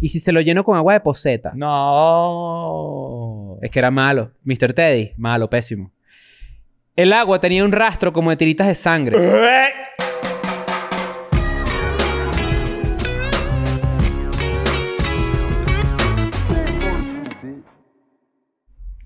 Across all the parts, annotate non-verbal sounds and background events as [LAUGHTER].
Y si se lo lleno con agua de poseta. No. Es que era malo. Mr. Teddy, malo, pésimo. El agua tenía un rastro como de tiritas de sangre. Eh.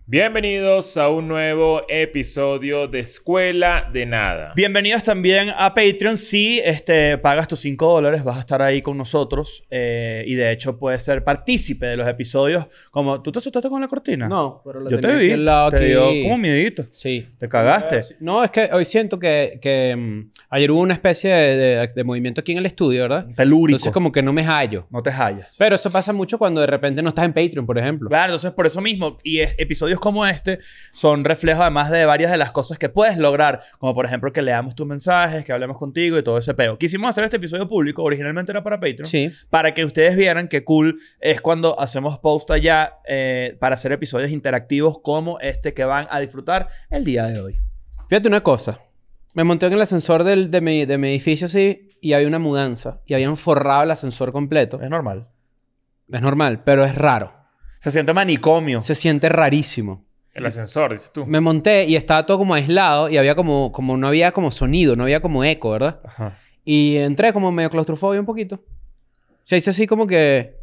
Bienvenidos a un nuevo episodio de Escuela de Nada. Bienvenidos también a Patreon. Si este, pagas tus 5 dólares, vas a estar ahí con nosotros. eh, y de hecho, puedes ser partícipe de los episodios. Como, ¿tú te asustaste con la cortina? No, pero lo Yo te tenía vi. aquí al lado, Te aquí. dio como miedito. Sí. Te cagaste. No, es que hoy siento que, que, mm, ayer hubo una especie de, de- de movimiento aquí en el estudio, ¿verdad? Telúrico. Entonces como que no me hallo. No te hallas. Pero eso pasa mucho cuando de repente no estás en Patreon, por ejemplo. Claro, entonces por eso mismo, y es- episodios como este son reflejo además de varias de las cosas que puedes lograr, como por ejemplo que leamos tus mensajes, que hablemos contigo y todo ese peo. Quisimos hacer este episodio público, originalmente era para Patreon, Sí. para que ustedes vieran que cool es cuando hacemos post allá eh, para hacer episodios interactivos como este que van a disfrutar el día de hoy. Fíjate una cosa. Me monté en el ascensor del- de, mi, de mi edificio así y había una mudanza. Y habían forrado el ascensor completo. Es normal. Es normal, pero es raro. Se siente manicomio. Se siente rarísimo. El ascensor, dices tú. Me monté y estaba todo como aislado y había como, como no había como sonido, no había como eco, ¿verdad? Ajá. Y entré como medio claustrofobia un poquito. Se hice así como que,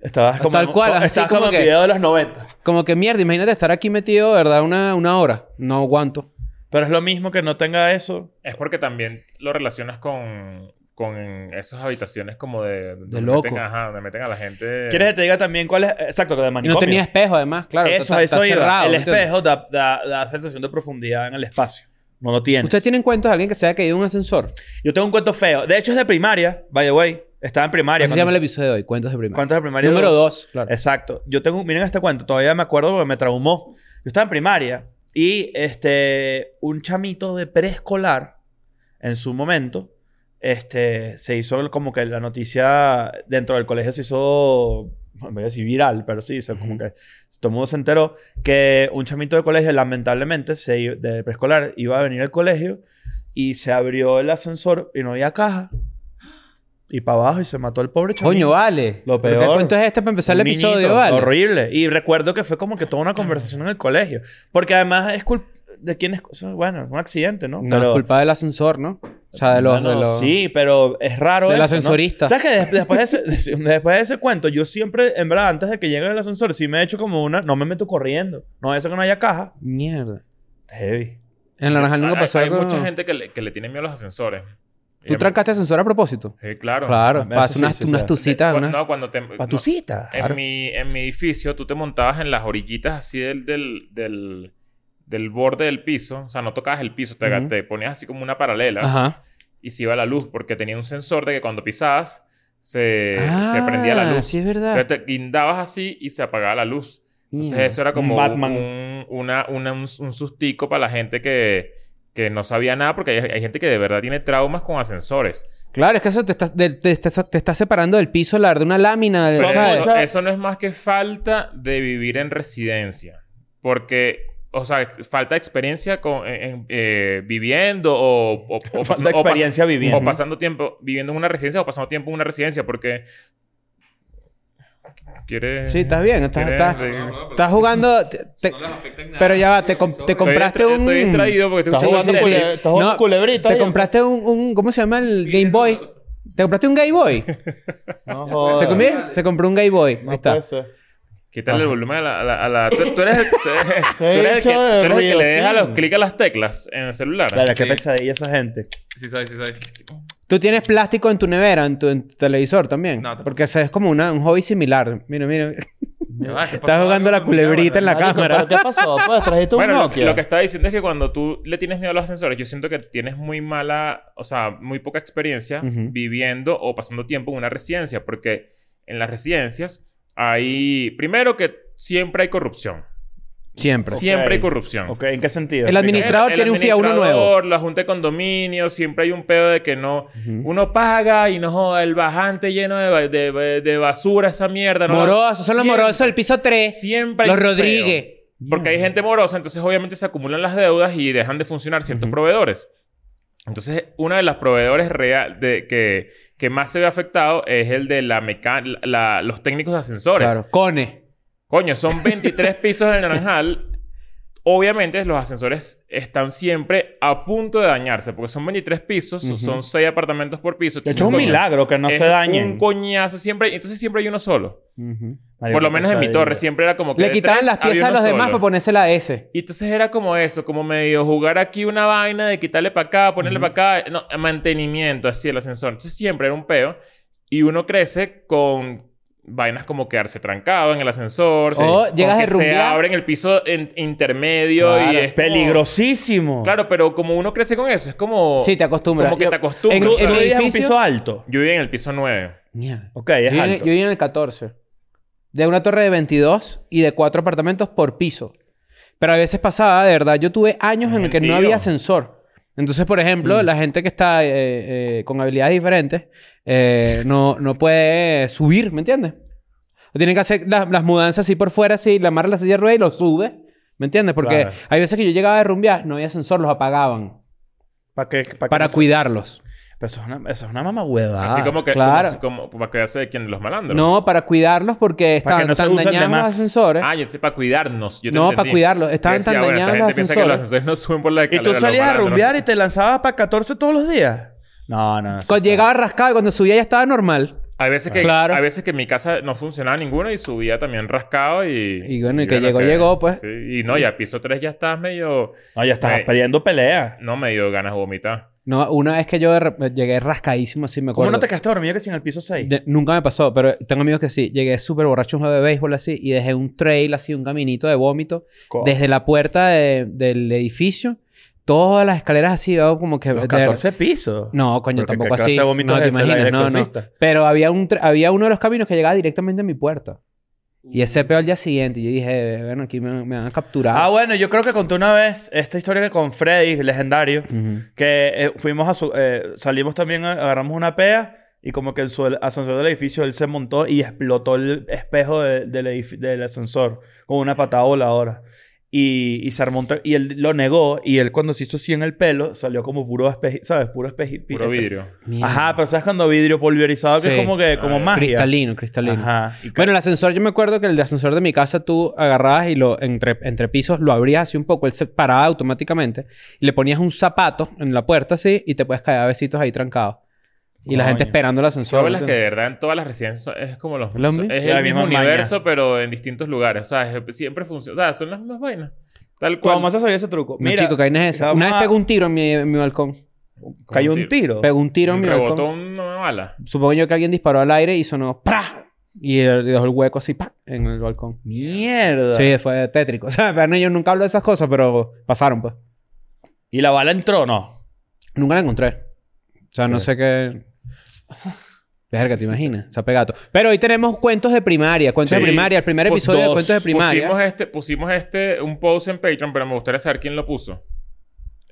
Estabas como, Tal cual, así estabas como como en que- video de los 90. como que mierda, imagínate estar aquí metido, ¿verdad? Una, una hora. No aguanto. Pero es lo mismo que no tenga eso. Es porque también lo relacionas con, con esas habitaciones como de... donde loco. Meten, ajá, donde meten a la gente... ¿Quieres que te diga también cuál es? Exacto, que de Y manicomio. no tenía espejo además, claro. Eso, está- está eso iba. cerrado, el ¿me entiendes? espejo da, da- da sensación de profundidad en el espacio. No lo tienes. ¿Ustedes tienen cuentos de alguien que se haya caído en un ascensor? Yo tengo un cuento feo. De hecho, es de primaria, by the way. Estaba en primaria. Así se llama el cuando- episodio de hoy, cuentos de primaria. ¿Cuántos de primaria? Número dos, claro. Exacto. Yo tengo... Miren este cuento. Todavía me acuerdo porque me traumó. Yo estaba en primaria y este... Un chamito de preescolar, en su momento, este... Se hizo el- como que la noticia dentro del colegio se hizo... No voy a decir viral, pero sí, se- como Ujú. que todo el mundo se enteró que un chamito de colegio, lamentablemente, se, i- de preescolar, iba a venir al colegio y se abrió el ascensor y no había caja. Y para abajo y se mató el pobre chamito. Coño, vale. Lo ¿Pero ¿Qué peor. cuento es este para empezar el Un episodio, niñito, vale? Horrible. Y recuerdo que fue como que toda una conversación en el colegio. Porque además es culpa... ¿De quién es? eso, Bueno, es un accidente, ¿no? No, es culpa del ascensor, ¿no? O sea, de los... Bueno, de los- Sí, pero es raro Del eso, ¿no? ascensorista. ¿Sabes qué? Des- después, de ese, [LAUGHS] después de ese cuento, yo siempre... En verdad, antes de que llegue el ascensor, sí me he hecho como una... No me meto corriendo. No es que no haya caja. Mierda. Heavy. En la naranja nunca Hay- pasó Hay, algo. mucha gente que le, que le tiene miedo a los ascensores. Y ¿Tú a mí- trancaste ascensor a propósito? Sí, claro. Claro. Eso Pasó Ah, sí, unas, sí, unas sí. tucitas. Cu- unas- No, cuando te... ¿Para no, tu cita? En, mi, en mi edificio, tú te montabas en las orillitas así del, del, del, del borde del piso. O sea, no tocabas el piso, te, Ujú. te ponías así como una paralela. Ajá. Y se iba la luz, porque tenía un sensor de que cuando pisabas se, Eh, se prendía la Ah, luz. Sí, es verdad. Entonces te guindabas así y se apagaba la luz. Entonces Mierda. eso era como Un Batman. Un, una- una- un, un sustico para la gente que, que no sabía nada, porque hay, hay gente que de verdad tiene traumas con ascensores. Claro, es que eso te está, de- te, está- te está separando del piso la, de una lámina. de- Pero ¿sabes? eso, muchas- eso no es más que falta de vivir en residencia. Porque, o sea, falta de experiencia con, en- en, eh, viviendo o, o- [LAUGHS] o Falta o pas- experiencia viviendo. O pasando tiempo viviendo en una residencia o pasando tiempo en una residencia, porque. ¿Quieres.? Sí, estás bien, estás- quieres- estás- eh, Estás jugando... te- te- No les afecta en nada. pero ya va, te, com- te Estoy- compraste estoy, un... Estoy distraído porque estoy Estás escuchando jugando, Netflix. cule- estás jugando No, culebrita. Te ya. compraste un, un- ¿Cómo se llama el Game Boy? ¿Te compraste un Game [LAUGHS] Boy? No jodas. ¿Se, comió? se compró un Game Boy. No Ahí está. puede ser. Quítale el volumen a la... a la- a la- tú, [LAUGHS] tú eres el, tú eres- tú eres el que, hecho de tú eres el que ruido, le deja sí. los clic a las teclas en el celular. Claro, qué Sí. pesadilla esa gente. Sí, soy, sí, soy. Tú tienes plástico en tu nevera, en tu, en tu televisor también. No, tampoco. Porque eso es como una, un hobby similar. Mira, mira. Estás jugando la culebrita en la Marico, cámara. ¿Pero qué pasó? Pues trajiste un Bueno, lo, Nokia. lo que estaba diciendo es que cuando tú le tienes miedo a los ascensores, yo siento que tienes muy mala, o sea, muy poca experiencia Ujú. viviendo o pasando tiempo en una residencia, porque en las residencias hay, primero que siempre hay corrupción, Siempre. siempre hay corrupción. Ok, ¿en qué sentido? El Explícame. administrador tiene un fiado, uno administrador, La junta de condominio, siempre hay un pedo de que no, Ujú. Uno paga y no joda, el bajante lleno de, ba- de- de- de basura, esa mierda. ¿no? Moroso, son los Siempre- morosos del piso 3. Siempre. hay Los un peo. Rodríguez. Eh, Porque hay gente morosa, entonces obviamente se acumulan las deudas y dejan de funcionar ciertos proveedores. Entonces, uno de los proveedores real de, que, que más se ve afectado es el de la meca- la- los técnicos de ascensores. Claro. Cone. Coño, son 23 pisos del Naranjal. Obviamente, los ascensores están siempre a punto de dañarse, porque son 23 pisos, Ujú. son 6 apartamentos por piso. De hecho, es un Coño, milagro que no es se dañen. Un coñazo siempre, entonces siempre hay uno solo. Ujú. Marico, por lo menos en mi pesadilla. torre siempre era como que Le de quitaban tres las había piezas a uno los demás solo. para ponerse la S. Y entonces era como eso, como medio jugar aquí una vaina de quitarle para acá, ponerle para acá, no, mantenimiento así el ascensor. Entonces siempre era un peo y uno crece con vainas como quedarse trancado en el ascensor, Sí. O con llegas de que se rumbear. abre en el piso en- intermedio y Claro, es como- Peligrosísimo. Claro, pero como uno crece con eso, es como Sí, te acostumbras. como Oh. que Yo- te acostumbras. en- ¿Tú, en tú mi vivías en un edificio- piso alto. Yo vivía en el piso 9. Mierda. Ok, es Yo, viví- alto. yo viví en el 14. De una torre de 22 y de cuatro apartamentos por piso. Pero a veces pasaba, de verdad, yo tuve años en el que no Mentira. había ascensor. Entonces, por ejemplo, Mm. la gente que está eh, eh, con habilidades diferentes eh, no, no puede subir, ¿me entiendes? O tienen que hacer la- las mudanzas así por fuera, así, le amarra la silla de ruedas y lo sube. ¿Me entiendes? Porque Claro. hay veces que yo llegaba de rumbear, no había ascensor, los apagaban. ¿Para qué? ¿Para, qué Para no se- cuidarlos. Pero eso es una, eso es una mamá huevada. Así como que Ah, claro. como, como para quedarse de quién de los malandros. No, para cuidarlos porque Para estaban que no se tan usen de dañados los más. ascensores. Ah, yo sé para cuidarnos. Yo te No, entendí. para cuidarlos. Estaban Decía, tan bueno, esta dañados gente los piensa que los ascensores. ascensores no suben por la ¿Y escalera. tú los salías a malandros. rumbear y te lanzabas para 14 todos los días? No, no, no. eso Cuando está- llegaba rascado y cuando subía ya estaba normal. Hay veces que, Claro. hay veces que en mi casa no funcionaba ninguno y subía también rascado y... Y bueno, y que llegó, llegó, pues. Sí. Y no, ya piso 3 ya estás medio... No, ya estás Ey. perdiendo pelea. No, medio ganas de vomitar. No, una vez que yo de rep- llegué rascadísimo, así me ¿Cómo acuerdo. no te quedaste dormido que si en el piso 6? De- nunca me pasó, pero tengo amigos que sí. Llegué súper borracho a un juego de béisbol así y dejé un trail así, un caminito de vómito desde la puerta de- del edificio. Todas las escaleras así, veo como que... Los de- 14 pisos. No, coño, Pero ¿qué- tampoco qué así. clase de vómitos No te es ese? ¿La del imaginas, no, no. exorcista? Pero había, un tra- había uno de los caminos que llegaba directamente a mi puerta. Y ese peor al día siguiente. Y yo dije, bueno, aquí me, me van a capturar. Ah, bueno, yo creo que conté una vez esta historia que con Freddy, legendario, Ujú. que eh, fuimos a su... eh, salimos también, a- agarramos una pea y como que el su- el ascensor del edificio, él se montó y explotó el espejo de- del, edifi- del ascensor con una patada voladora. Y, y se armó un tra- Y él lo negó y él cuando se hizo así en el pelo salió como puro espejito, ¿sabes? Puro espejito. eh, Puro vidrio. Mierda. Ajá, pero ¿sabes cuando vidrio pulverizado que Sí. es como que... Como Ah, magia. Cristalino, cristalino. Ajá. Y Bueno, el ascensor, yo me acuerdo que el de ascensor de mi casa tú agarrabas y lo entre, entre pisos lo abrías así un poco, él se paraba automáticamente y le ponías un zapato en la puerta así y te puedes caer a besitos ahí trancado. Y la Coño. gente esperando el Son ascensor. las que ¿entiendes? de verdad en todas las residencias son- es como los... Lo son- mismo. es La el mismo misma maña. universo, pero en distintos lugares. O sea, es- siempre funciona. O sea, son las mismas vainas. Tal cual. ¿Cómo se sabía ese truco? No, chico, que vaina es esa. vamos Una vez a- pegó un tiro en mi, en mi balcón. Como cayó si- un tiro. Pegó un tiro en mi Rebotó balcón. una bala. Supongo yo que alguien disparó al aire y sonó ¡Pra! Y el- dejó el hueco así ¡pa! en el balcón. Mierda. Sí, fue tétrico. [LAUGHS] O sea, pero no, yo nunca hablo de esas cosas, pero pasaron pues. ¿Y la bala entró no? Nunca la encontré. O sea, no Ok. sé qué. [LAUGHS] Verga, te imaginas. Se ha pegado. Pero hoy tenemos cuentos de primaria. Cuentos Sí. de primaria. El primer Pues episodio de dos. cuentos de primaria. Pusimos este, pusimos este, un post en Patreon, pero me gustaría saber quién lo puso.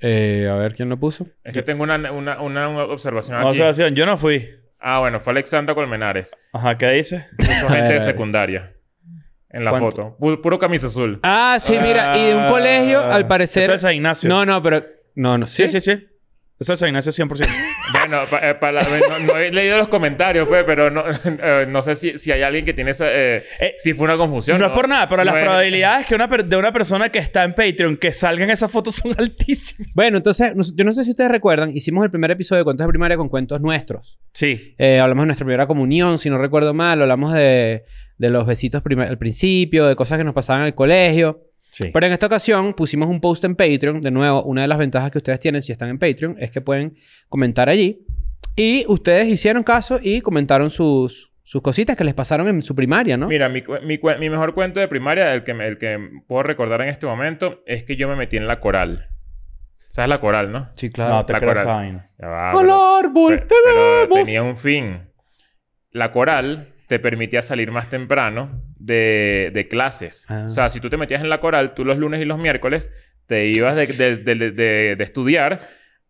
Eh, a ver, ¿quién lo puso? Es que tengo una, una, una observación No, aquí. Sebastián, yo no fui. Ah, bueno, fue [LAUGHS] Alexandra Colmenares. Ajá, ¿qué dices? Puso ver, a gente de ver. secundaria. En la ¿Cuánto? foto. Pu- puro camisa azul. Ah, sí, mira. Y de un Ah, colegio, al parecer. Eso es San Ignacio. No, no, pero. No, no. sí, Sí, sí, sí. Eso es San Ignacio 100%. [LAUGHS] Bueno, pa- eh, para- no, no he leído los comentarios, pues, pero no, [LAUGHS] eh, no sé si, si hay alguien que tiene esa... eh, Eh, si fue una confusión. no, es por nada, pero No las es- probabilidades que una per- de una persona que está en Patreon que salgan esas fotos son [LAUGHS] altísimas. Bueno, entonces, nos- yo no sé si ustedes recuerdan, hicimos el primer episodio de cuentos de primaria con cuentos nuestros. Sí. Eh, hablamos de nuestra primera comunión, si no recuerdo mal. Hablamos de, de los besitos primer- al principio, de cosas que nos pasaban en el colegio. Sí. Pero en esta ocasión pusimos un post en Patreon. De nuevo, una de las ventajas que ustedes tienen si están en Patreon es que pueden comentar allí. Y ustedes hicieron caso y comentaron sus, sus cositas que les pasaron en su primaria, ¿no? Mira, mi, cu- mi, cu- mi mejor cuento de primaria, el que, me- el que puedo recordar en este momento, es que yo me metí en la coral. ¿Sabes la coral, no? sí, claro. No, te la creo coral. esa vaina. Ya va, Al pero- árbol, Pe- te pero vemos. tenía un fin. La coral te permitía salir más temprano de, de clases. Ah. O sea, si tú te metías en la coral, tú los lunes y los miércoles te ibas de, de- de- de- de estudiar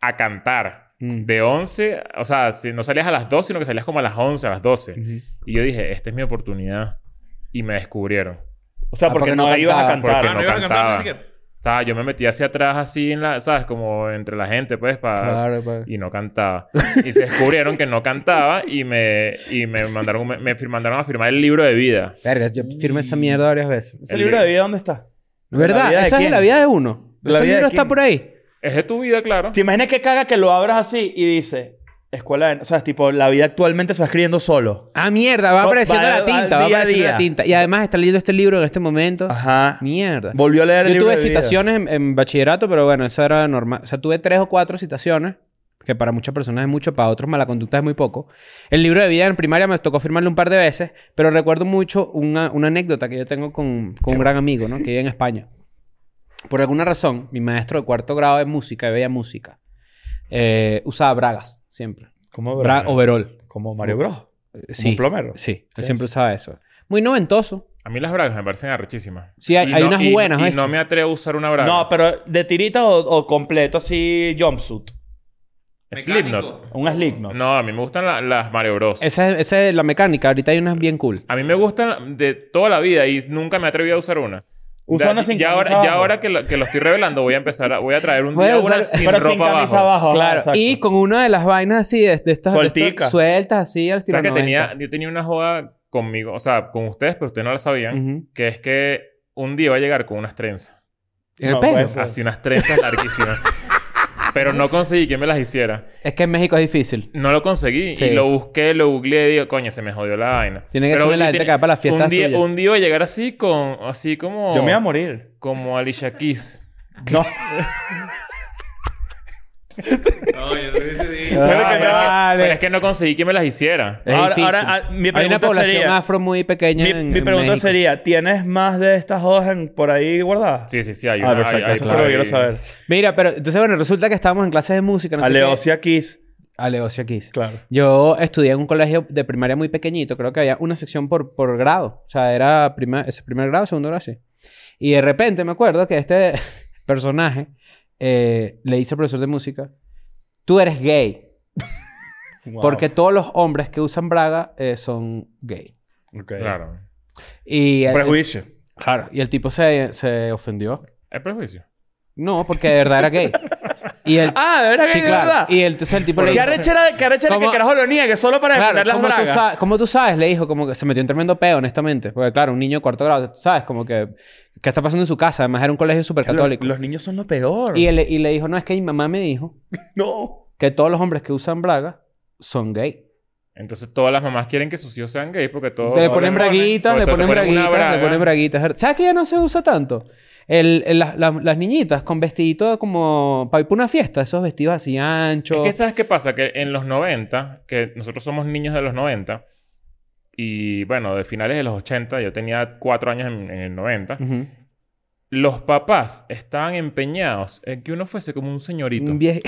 a cantar. Mm. De 11, o sea, si no salías a las 2, sino que salías como a las 11, a las 12. Ujú. Y yo dije, esta es mi oportunidad. Y me descubrieron. O sea, Ah, porque, porque no, no ibas a cantaba. cantar. Porque Ah, no no iba a cantar, cantaba. así que... O sea, yo me metí hacia atrás así en la... ¿Sabes? Como entre la gente, pues, ah, para... Claro, pa- Y no cantaba. Y se descubrieron que no cantaba y me, y me, mandaron, me, me fir- mandaron a firmar el libro de vida. Verga, yo firmé esa mierda varias veces. ¿Ese El libro de libro. vida dónde está? ¿La ¿Verdad? vida de Esa es quién? la vida de uno. ¿La Ese vida de libro está quién? por ahí. Es de tu vida, claro. ¿Te imaginas que caga que lo abras así y dice... Escuela... de- O sea, es tipo, la vida actualmente se va escribiendo solo. Ah, mierda, va No, apareciendo va- la tinta, va va día a apareciendo día. la tinta. Y además está leyendo este libro en este momento. Ajá. Mierda. Volvió a leer el Yo libro tuve de vida. citaciones en, en bachillerato, pero bueno, eso era normal. O sea, tuve tres o cuatro citaciones, que para muchas personas es mucho, para otros mala conducta es muy poco. El libro de vida en primaria me tocó firmarlo un par de veces, pero recuerdo mucho una, una anécdota que yo tengo con, con un gran amigo, ¿no? Que vive en España. Por alguna razón, mi maestro de cuarto grado de música, de bella música, eh, usaba bragas siempre. Como, Bra overall. como Mario Bros. Eh, Sí. un plomero. Sí, él Yes. siempre usaba eso. Muy noventoso. A mí las bragas me parecen arrechísimas. Sí, hay- Y hay no- unas y- buenas, Y ¿oíste? no me atrevo a usar una braga. No, pero de tirita o, o completo así jumpsuit. Slipknot. Un Slipknot. No, a mí me gustan la- las Mario Bros. Esa es, esa es la mecánica. Ahorita hay unas bien cool. A mí me gustan de toda la vida y nunca me atreví a usar una. Usa Ya- una sin ya ahora, camisa ya abajo. ahora que lo, que lo estoy revelando voy a empezar a... Voy a traer un Voy a día una usar- sin pero ropa sin camisa abajo. abajo. ajá, Claro. exacto. Y con una de las vainas así de, de estas de estas Sueltica. sueltas así al O sea, tiro que 90. tenía, yo tenía una joda conmigo, o sea, con ustedes, pero ustedes no la sabían, Ujú. que es que un día iba a llegar con unas trenzas. En el No, pelo. pues. Sí. Así unas trenzas [LAUGHS] larguísimas. pero no conseguí que me las hiciera. Es que en México es [LAUGHS] difícil. No lo conseguí. Sí. Y lo busqué, lo googleé y digo, coño, se me jodió la vaina. Tiene que Pero ser la oye, gente tiene- que va para las fiestas. un día, tuyas. un día iba a llegar así con... Así como... Yo me iba a morir. Como Alicia Keys. [LAUGHS] No. No, yo no hubiese dicho. Claro que Ay, no. Ah, vale. Pero es que no conseguí que me las hiciera. Es Ahora- difícil. ahora, ah, mi Hay una pregunta población sería- afro muy pequeña. Mi, en- mi en pregunta México. sería, ¿tienes más de estas hojas en- por ahí guardadas? Sí, sí, sí. Hay ah, una- perfecto. hay- hay Eso es por lo que ahí. quiero saber. Mira, pero entonces, bueno, resulta que estábamos en clases de música. No sé Aleosia Kiss. qué. Aleocia Kiss. Claro. Yo estudié en un colegio de primaria muy pequeñito, creo que había una sección por, por grado, o sea, era prima- ese primer grado, segundo grado, sí. Y de repente me acuerdo que este [LAUGHS] personaje eh, le dice al profesor de música, tú eres gay, Wow. porque todos los hombres que usan braga eh, son gay. Ok. Claro. Y el, Prejuicio. claro, y el tipo se, se ofendió. Es prejuicio. No, porque de verdad era [LAUGHS] gay. Y el, Ah, de verdad que sí, es claro. verdad. Y el, entonces el tipo le ¿Qué dijo, arrechera, qué arrechera que ¿Cómo? carajo lo niegue solo para Claro, defender las ¿cómo tú, bragas? sabes, ¿cómo tú sabes? Le dijo, como que se metió en tremendo peo, honestamente. Porque, claro, un niño de cuarto grado, tú sabes, como que... ¿Qué está pasando en su casa? Además, era un colegio súper Lo- católico. Los niños son lo peor. Y, él le- y le dijo, no, es que mi mamá me dijo No. que todos los hombres que usan braga son gay. Entonces todas las mamás quieren que sus hijos sean gays porque todos... le ponen braguitas, le porque ponen Oh, te ponen una braguitas, le braga. ponen braguitas. ¿Sabes que ya no se usa tanto? El- el- las- las- las niñitas con vestidito como... Para ir para una fiesta, esos vestidos así anchos. Es que ¿sabes qué pasa? Que en los 90, que nosotros somos niños de los 90, y bueno, de finales de los 80, yo tenía cuatro años en, en el 90, Ujú. los papás estaban empeñados en que uno fuese como un señorito. Un viejo-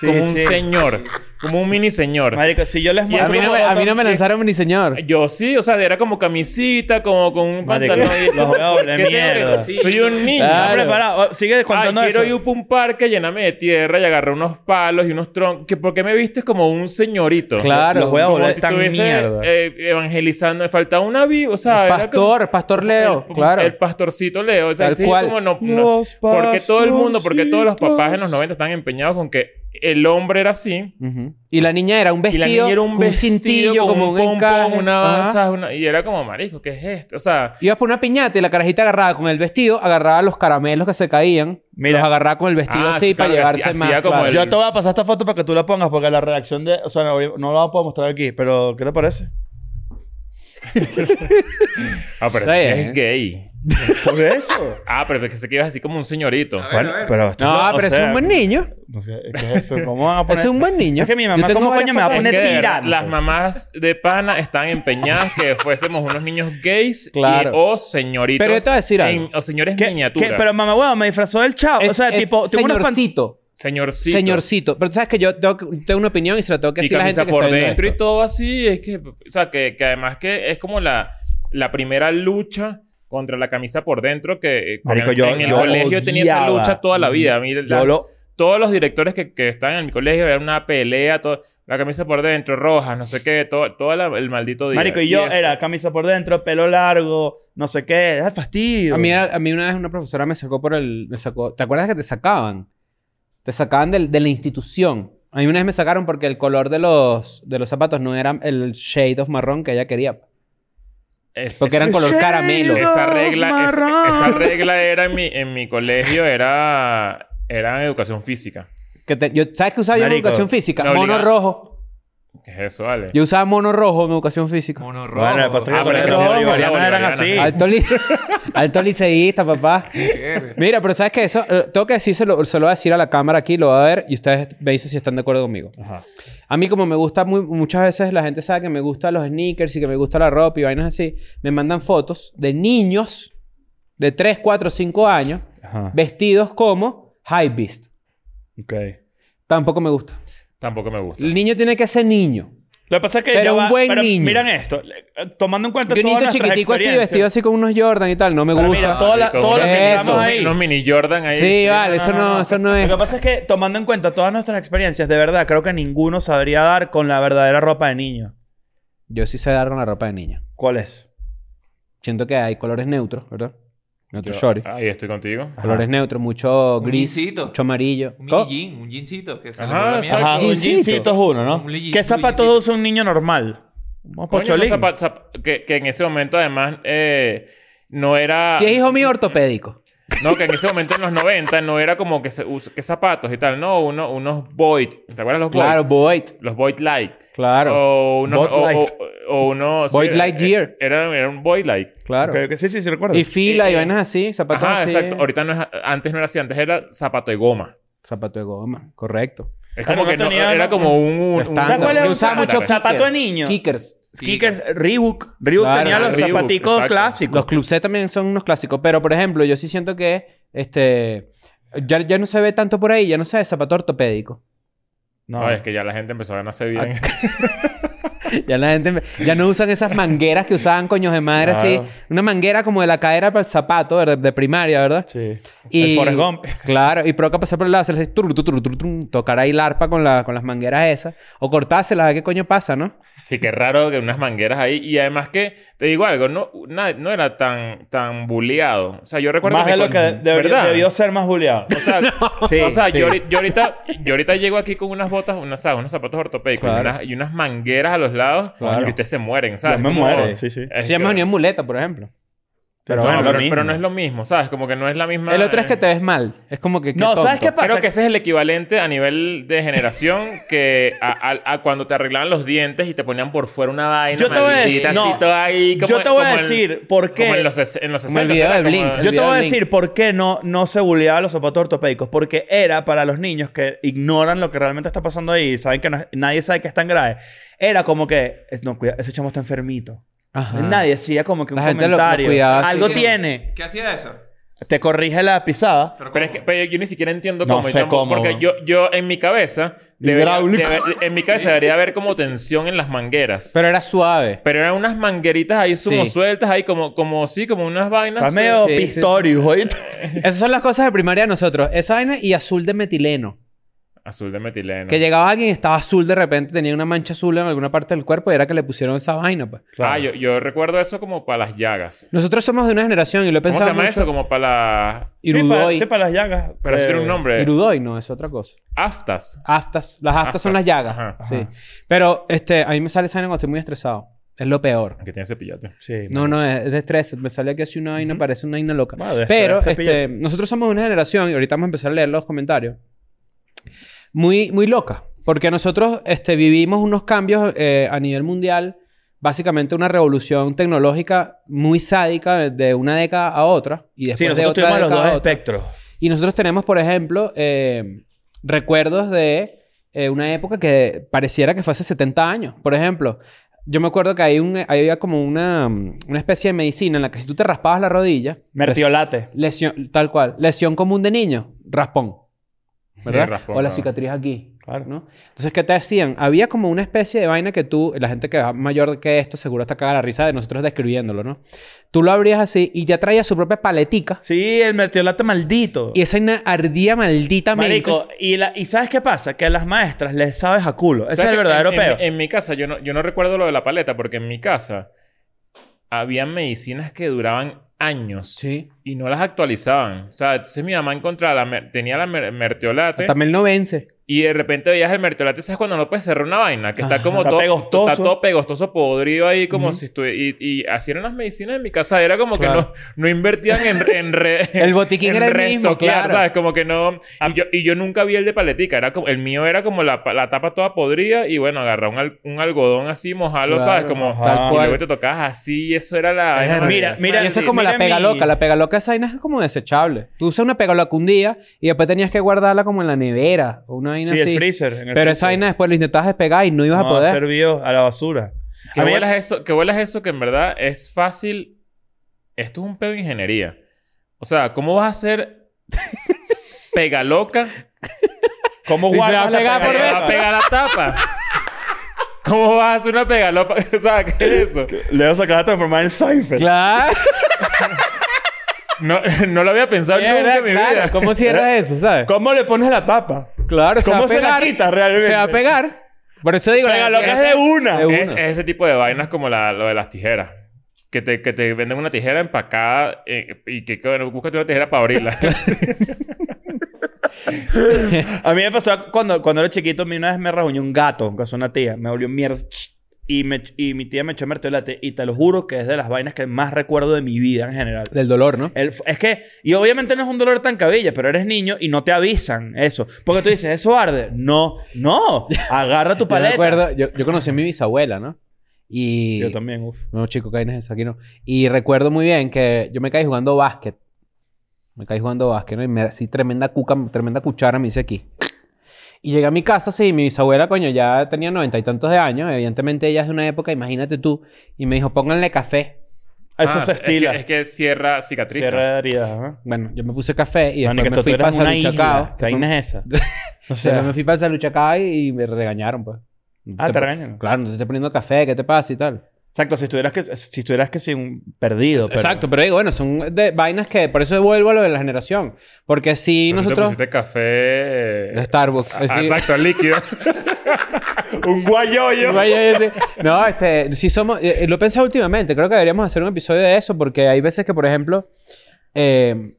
Sí, como un sí. señor. Como un mini señor. Marico, si yo les Y A muestro... mí no me, a mí no me lanzaron ni señor. Yo sí, o sea, era como camisita, como con un Marico, pantalón. y- los veo de ¿Qué tengo que- mierda. Soy un niño. Está Claro. preparado. Sigue Ay, contando eso. quiero ir para un parque, llename de tierra y agarré unos palos y unos troncos. ¿Que ¿Por qué me vistes como un señorito? Claro. Los voy a como volver si tan estuviese, mierda. eh, evangelizando. Me faltaba una viva, o sea... era como- pastor, pastor Leo, el- claro. El pastorcito Leo. O sea, Tal sí, cual. como no- no- Los porque todo el mundo, porque todos los papás en pastorcitos. los 90 están empeñados con que el hombre era así. Ujú. Y la niña era un Y vestido, la niña era con un vestido cintillo, con como un, pompón, encaje. una, Ajá. ¿sabes? Una- y era como, marico, ¿qué es esto? O sea, Ibas por una piñata y la carajita agarraba con el vestido, agarraba los caramelos que se caían, Mira. los agarraba con el vestido Ah, así sí, para claro que llevarse hacía- más. hacía como claro. el- Yo te voy a pasar esta foto para que tú la pongas, porque la reacción de. O sea, no, no la puedo mostrar aquí, pero ¿qué te parece? ah, pero Está sí bien, ¿eh? es gay. [LAUGHS] Por eso. Ah, pero pensé que ibas así como un señorito. A ver. bueno, pero esto No, o pero es sea, un buen niño. no sé, ¿Qué es eso? ¿Cómo van a poner? Es un buen niño. Es que mi Yo mamá, tengo ¿cómo varias coño me va a fotos. poner? Es que de verdad, tirantes. las mamás de pana están empeñadas que fuésemos unos niños gays y- Claro. o señoritos. Pero yo te voy a decir algo. o señores ¿Qué- miniaturas. qué? Pero mamá, huevo, me disfrazó del chavo. Es, o sea, es tipo, tengo unos pan- señorcito. Señorcito. Señorcito. Pero tú sabes que yo tengo, que- tengo una opinión y se la tengo que y decir a la gente camisa que por está viendo dentro y esto. todo así. Es que, o sea, que, que además que es como la, la primera lucha contra la camisa por dentro que eh, con Marico, el- yo- en el yo colegio tenía esa odiaba. lucha toda la vida. A mí la- Yo lo. Todos los directores que, que estaban en mi colegio era una pelea. Todo, la camisa por dentro, rojas, no sé qué, todo, todo la- el maldito día. Marico, y yo eso. era camisa por dentro, pelo largo, no sé qué. Da fastidio. A mí, a mí una vez una profesora me sacó por el... Me sacó, ¿Te acuerdas que te sacaban? Te sacaban del- de la institución. A mí una vez me sacaron porque el color de los, de los zapatos no era el shade of marrón que ella quería. Es- Porque esa- eran color caramelo. Esa regla, es- Marrón. esa regla era en mi, en mi colegio, era, era educación física. Que te- yo, ¿Sabes qué usaba yo en Marico, educación física? está Mono obligado. rojo. ¿Qué es eso, Ale? Yo usaba mono rojo en educación física. Mono rojo. Bueno, pues, lo que pasa es Ah, que pero con es que los sí, la bolivarianos eran así. bolivariana. Alto, [LAUGHS] li- Alto liceísta, papá. Mira, pero ¿sabes qué? Eso, eh, tengo que decírselo, se lo voy a decir a la cámara aquí, lo va a ver y ustedes me dicen si están de acuerdo conmigo. Ajá. A mí como me gusta, muy- muchas veces la gente sabe que me gustan los sneakers y que me gusta la ropa y vainas así, me mandan fotos de niños de 3, 4, 5 años Ajá. vestidos como high beast. Ok. Tampoco me gusta. Tampoco me gusta. El niño tiene que ser niño. Lo que pasa es que Pero ya un va- buen pero niño. Miran esto. le- eh, Tomando en cuenta Yo un todas niño nuestras chiquitico así, experiencias. vestido así con unos Jordan y tal, no me Pero gusta. mira, todo, la- Marico, todo lo eso. que estamos ahí. Unos mini Jordan ahí. sí, vale, eso no, eso no es. Lo que pasa es que tomando en cuenta todas nuestras experiencias, de verdad, creo que ninguno sabría dar con la verdadera ropa de niño. Yo sí sé dar con la ropa de niña. ¿Cuál es? Siento que hay colores neutros, ¿verdad? Neutro Yo- shorty. ah, Ahí estoy contigo. Colores neutros, mucho Un gris, lisito. mucho amarillo. Un ¿Cómo? mini jean, un jeansito. Que se le Ajá, fue la mierda. exacto. un jeansito. jeansito es uno, ¿no? Un jeansito, ¿Qué un zapatos jeansito. usa un niño normal? Un Coño, pocholín. unos zapa- zap- que, que en ese momento, además, eh, no era... Si es hijo mío ortopédico. No, que en ese momento, en los 90, no era como que, se us- que zapatos y tal. No, uno, unos Void. ¿Te acuerdas los Void? Claro, Void. Los Void Light. Oh, Claro, O unos... Bud O, Light. o- o unos... sí, Bud Light eh, Gear. Era, era un Void Light. claro. Ok, ok, Sí, sí, sí, recuerdo. Y fila y Eh, vainas así, zapatos Ajá, así. exacto. Ahorita no es... Antes no era así. Antes era zapato de goma. Zapato de goma, correcto. Es Pero como no que no- tenía- era como un... un- un pues. Estándar. ¿Sabes cuál es Yo un usaba zapato? mucho Zapato de kickers. niño. Kickers. Kickers, Reebok. Reebok Claro, tenía los Reebok, zapaticos exacto. clásicos. Los club C también son unos clásicos, pero por ejemplo, yo sí siento que este ya, ya no se ve tanto por ahí, ya no se ve zapato ortopédico. No, es que ya la gente empezó a ganarse bien. Ya la gente me- ya no usan esas mangueras que usaban coños de madre Claro. así, una manguera como de la cadera para el zapato ¿verdad? de, primaria, ¿verdad? Sí. Y El Forrest Gump. Claro, y provoca pasar por el lado, se les hace tru, tru, tru, tru, tru, tocar ahí la arpa con, la, con las mangueras esas o cortárselas, a ver qué coño pasa, ¿no? [LAUGHS] Sí, qué raro que unas mangueras ahí. Y además que, te digo algo, no, na- no era tan, tan buleado. O sea, yo recuerdo Más mi de lo con- que debería, ¿verdad? debió ser más buleado. [LAUGHS] O sea, Sí, o sea, sí. yo, ahori- yo ahorita, yo ahorita llego aquí con unas botas, unas, ¿sabes? unos zapatos ortopédicos y, Claro. unas, y unas mangueras a los lados Claro. y ustedes se mueren, Yo ¿sabes? me Como- muero. Sí, sí. es Se llama que- unión muleta, por ejemplo. Pero No, bueno, pero, lo mismo. pero no es lo mismo, ¿sabes? Como que no es la misma... El otro es que te ves mal, es como que... No, ¿sabes tonto. qué pasa? Creo que ese es el equivalente a nivel de generación que a, a- a cuando te arreglaban los dientes y te ponían por fuera una vaina Yo te voy a decir- maldita, no. así, toda ahí, como- Yo te voy a como el- decir por qué. Como en los, ses- en los Como el 60. video ¿sabes? de Como- Blink. Yo te voy a Link. decir por qué no, no se buleaba los zapatos ortopédicos. Porque era para los niños que ignoran lo que realmente está pasando ahí y saben que no es- nadie sabe que es tan grave. Era como que, es- no, cuidado, ese chamo está enfermito. Ajá. Nadie hacía como que un La gente lo- lo comentario. cuidaba así. Algo Sí. tiene. ¿Qué hacía eso? Te corrige la pisada. Pero es que pues, pero yo ni siquiera entiendo No cómo. sé yo tampoco- cómo, Porque ¿no? yo, yo en mi cabeza... debería- Hidráulico. debe- en mi cabeza debería haber como tensión en las mangueras. Pero, Pero era suave. eran unas mangueritas ahí sumo Sí. sueltas, ahí como, como sí, como unas vainas. Está Pues medio sí, sí. pistorius, ¿oíste? Esas son las cosas de primaria de nosotros. Esa vaina y azul de metileno. Azul de metileno. Que llegaba alguien y estaba azul de repente, tenía una mancha azul en alguna parte del cuerpo y era que le pusieron esa vaina, pues. Ah, yo, yo recuerdo eso como para las llagas. Nosotros somos de una generación y lo he ¿Cómo se pensado llama mucho. eso? Como para las... Sí, para- Irudoy. sí, para las llagas. Pero eso tiene un nombre. Irudoy, no, es otra cosa. Aftas. Aftas. Las aftas, son las Aftas. llagas. Ajá, ajá. Sí. Pero este, a mí me sale esa vaina cuando estoy muy estresado. Es lo peor. Que tiene cepillate. Sí, No, no, es de estrés. Me sale aquí así una vaina, parece una vaina loca. Bueno, de Pero estrés, este, cepillate. nosotros somos de una generación, y ahorita vamos a empezar a leer los comentarios, muy, muy loca. Porque nosotros este, vivimos unos cambios eh, a nivel mundial, básicamente una revolución tecnológica muy sádica de, de una década a otra. Y después Sí, de nosotros otra tuvimos los década dos a otra. espectros. Y nosotros tenemos, por ejemplo, eh, recuerdos de eh, una época que pareciera que fue hace 70 años. Por ejemplo, yo me acuerdo que hay un, eh, había como una, mm, una especie de medicina en la que si tú te raspabas la rodilla, Mertiolate. lesión, tal cual, lesión común de niño, raspón. ¿verdad? o raspó, la claro. cicatriz aquí. Claro. ¿no? Entonces, ¿qué te decían? Había como una especie de vaina que tú, la gente que es mayor que esto, seguro está cagada la risa de nosotros describiéndolo, ¿no? Tú lo abrías así y ya traía su propia paletica. Sí, el mertiolate maldito. Y esa vaina ardía malditamente. Marico, y, la- y ¿sabes qué pasa? Que a las maestras les sabes a culo. Ese es el verdadero europeo. peo. En, mi casa, yo no, yo no recuerdo lo de la paleta, porque en mi casa había medicinas que duraban años Sí. y no las actualizaban. O sea, entonces mi mamá encontraba la mer- tenía la mer- mertiolate También no vence. y de repente veías el mertiolate, ¿sabes? Cuando no puedes cerrar una vaina, que está Ajá. como Está todo pegostoso. Está todo pegostoso, podrido ahí, como Ujú. si estuviera. Y, y así eran las medicinas en mi casa, era como Claro. que no, no invertían en. en re- [LAUGHS] El botiquín en era el mismo, restoquear, claro. ¿sabes? Como que no. Y yo, y yo nunca vi el de paletica. Era como, el mío era como la, pa- la tapa toda podrida y bueno, agarrar un, al- un algodón así, mojarlo, Claro, ¿sabes? Como. ajá. Tal Y luego cual. te tocabas así y eso era la. Es vaina más- mira, mira, y eso es como mira la pega mi- loca. La pega loca esa vaina es como desechable. Tú usas una pega loca un día y después tenías que guardarla como en la nevera o una vaina Sí, así. el freezer. en el Pero esa freezer. vaina después lo intentabas despegar y no ibas no a poder. sirvió a la basura. Que A mí- vuelas eso, que vuelas eso que en verdad es fácil. Esto es un pedo de ingeniería. O sea, ¿cómo vas a hacer pegaloca ¿Cómo Sí, se guardas va a la pegar que por le va pega dentro. a loca? pegar la tapa? ¿Cómo vas a hacer una pegaloca? [LAUGHS] O sea, ¿qué es eso? Leo se acaba de transformar en Cypher. [LAUGHS] Claro. No, no lo había pensado nunca en mi vida. ¿Cómo cierras eso, sabes? ¿Cómo le pones la tapa? Claro, se va ¿Cómo a se la pegar. quita realmente? Se va a pegar. Por eso digo, Pega la- loca es de una. de Es, una. es ese tipo de vainas como la, lo de las tijeras. Que te, que te venden una tijera empacada eh, y que, bueno, búscate una tijera para abrirla. A mí me pasó cuando, cuando era chiquito, a mí una vez me rasguñó un gato, en casa de una tía. Me volvió mierda. Y, me, y mi tía me echó mertiolate. Y te lo juro que es de las vainas que más recuerdo de mi vida en general. Del dolor, ¿no? El- es que, y obviamente no es un dolor tan cabilla, pero eres niño y no te avisan eso. Porque tú dices, eso arde. No, no. Agarra Yo tu me paleta. acuerdo, yo, yo conocí a mi bisabuela, ¿no? Y... Yo también, uff. No, chico, ¿qué vaina es esa? Aquí no. Y recuerdo muy bien que yo me caí jugando básquet. Me caí jugando básquet, ¿no? Y me así tremenda cuca, tremenda cuchara me hice aquí. Y llegué a mi casa, sí, mi bisabuela, coño, ya tenía noventa y tantos de años. Evidentemente ella es de una época, imagínate tú. Y me dijo, pónganle café. Eso Ah, se es estila. que- Es que, cierra cicatriza. Cierra herida, ¿no? Bueno, yo me puse café y después Marica, me tú, tú fui eres para una isla. Saluchacao. ¿Qué vaina es [LAUGHS] esa? O Después sea, me fui para Saluchacao y, y me regañaron, pues. ah, te regañan. Claro, no te estoy poniendo café, ¿qué te pasa y tal? Exacto, si estuvieras que, si estuvieras que sin un perdido. Pero, Exacto, pero digo, bueno, son de vainas que... Por eso vuelvo a lo de la generación. Porque si Pero tú te nosotros... pusiste café. De Starbucks. eh, Eh, Ah, así. [LAUGHS] Exacto, líquido. [LAUGHS] Un guayoyo. Vaya, ese. No, este, si somos, eh, eh, lo pensé últimamente, creo que deberíamos hacer un episodio de eso porque hay veces que, por ejemplo, eh,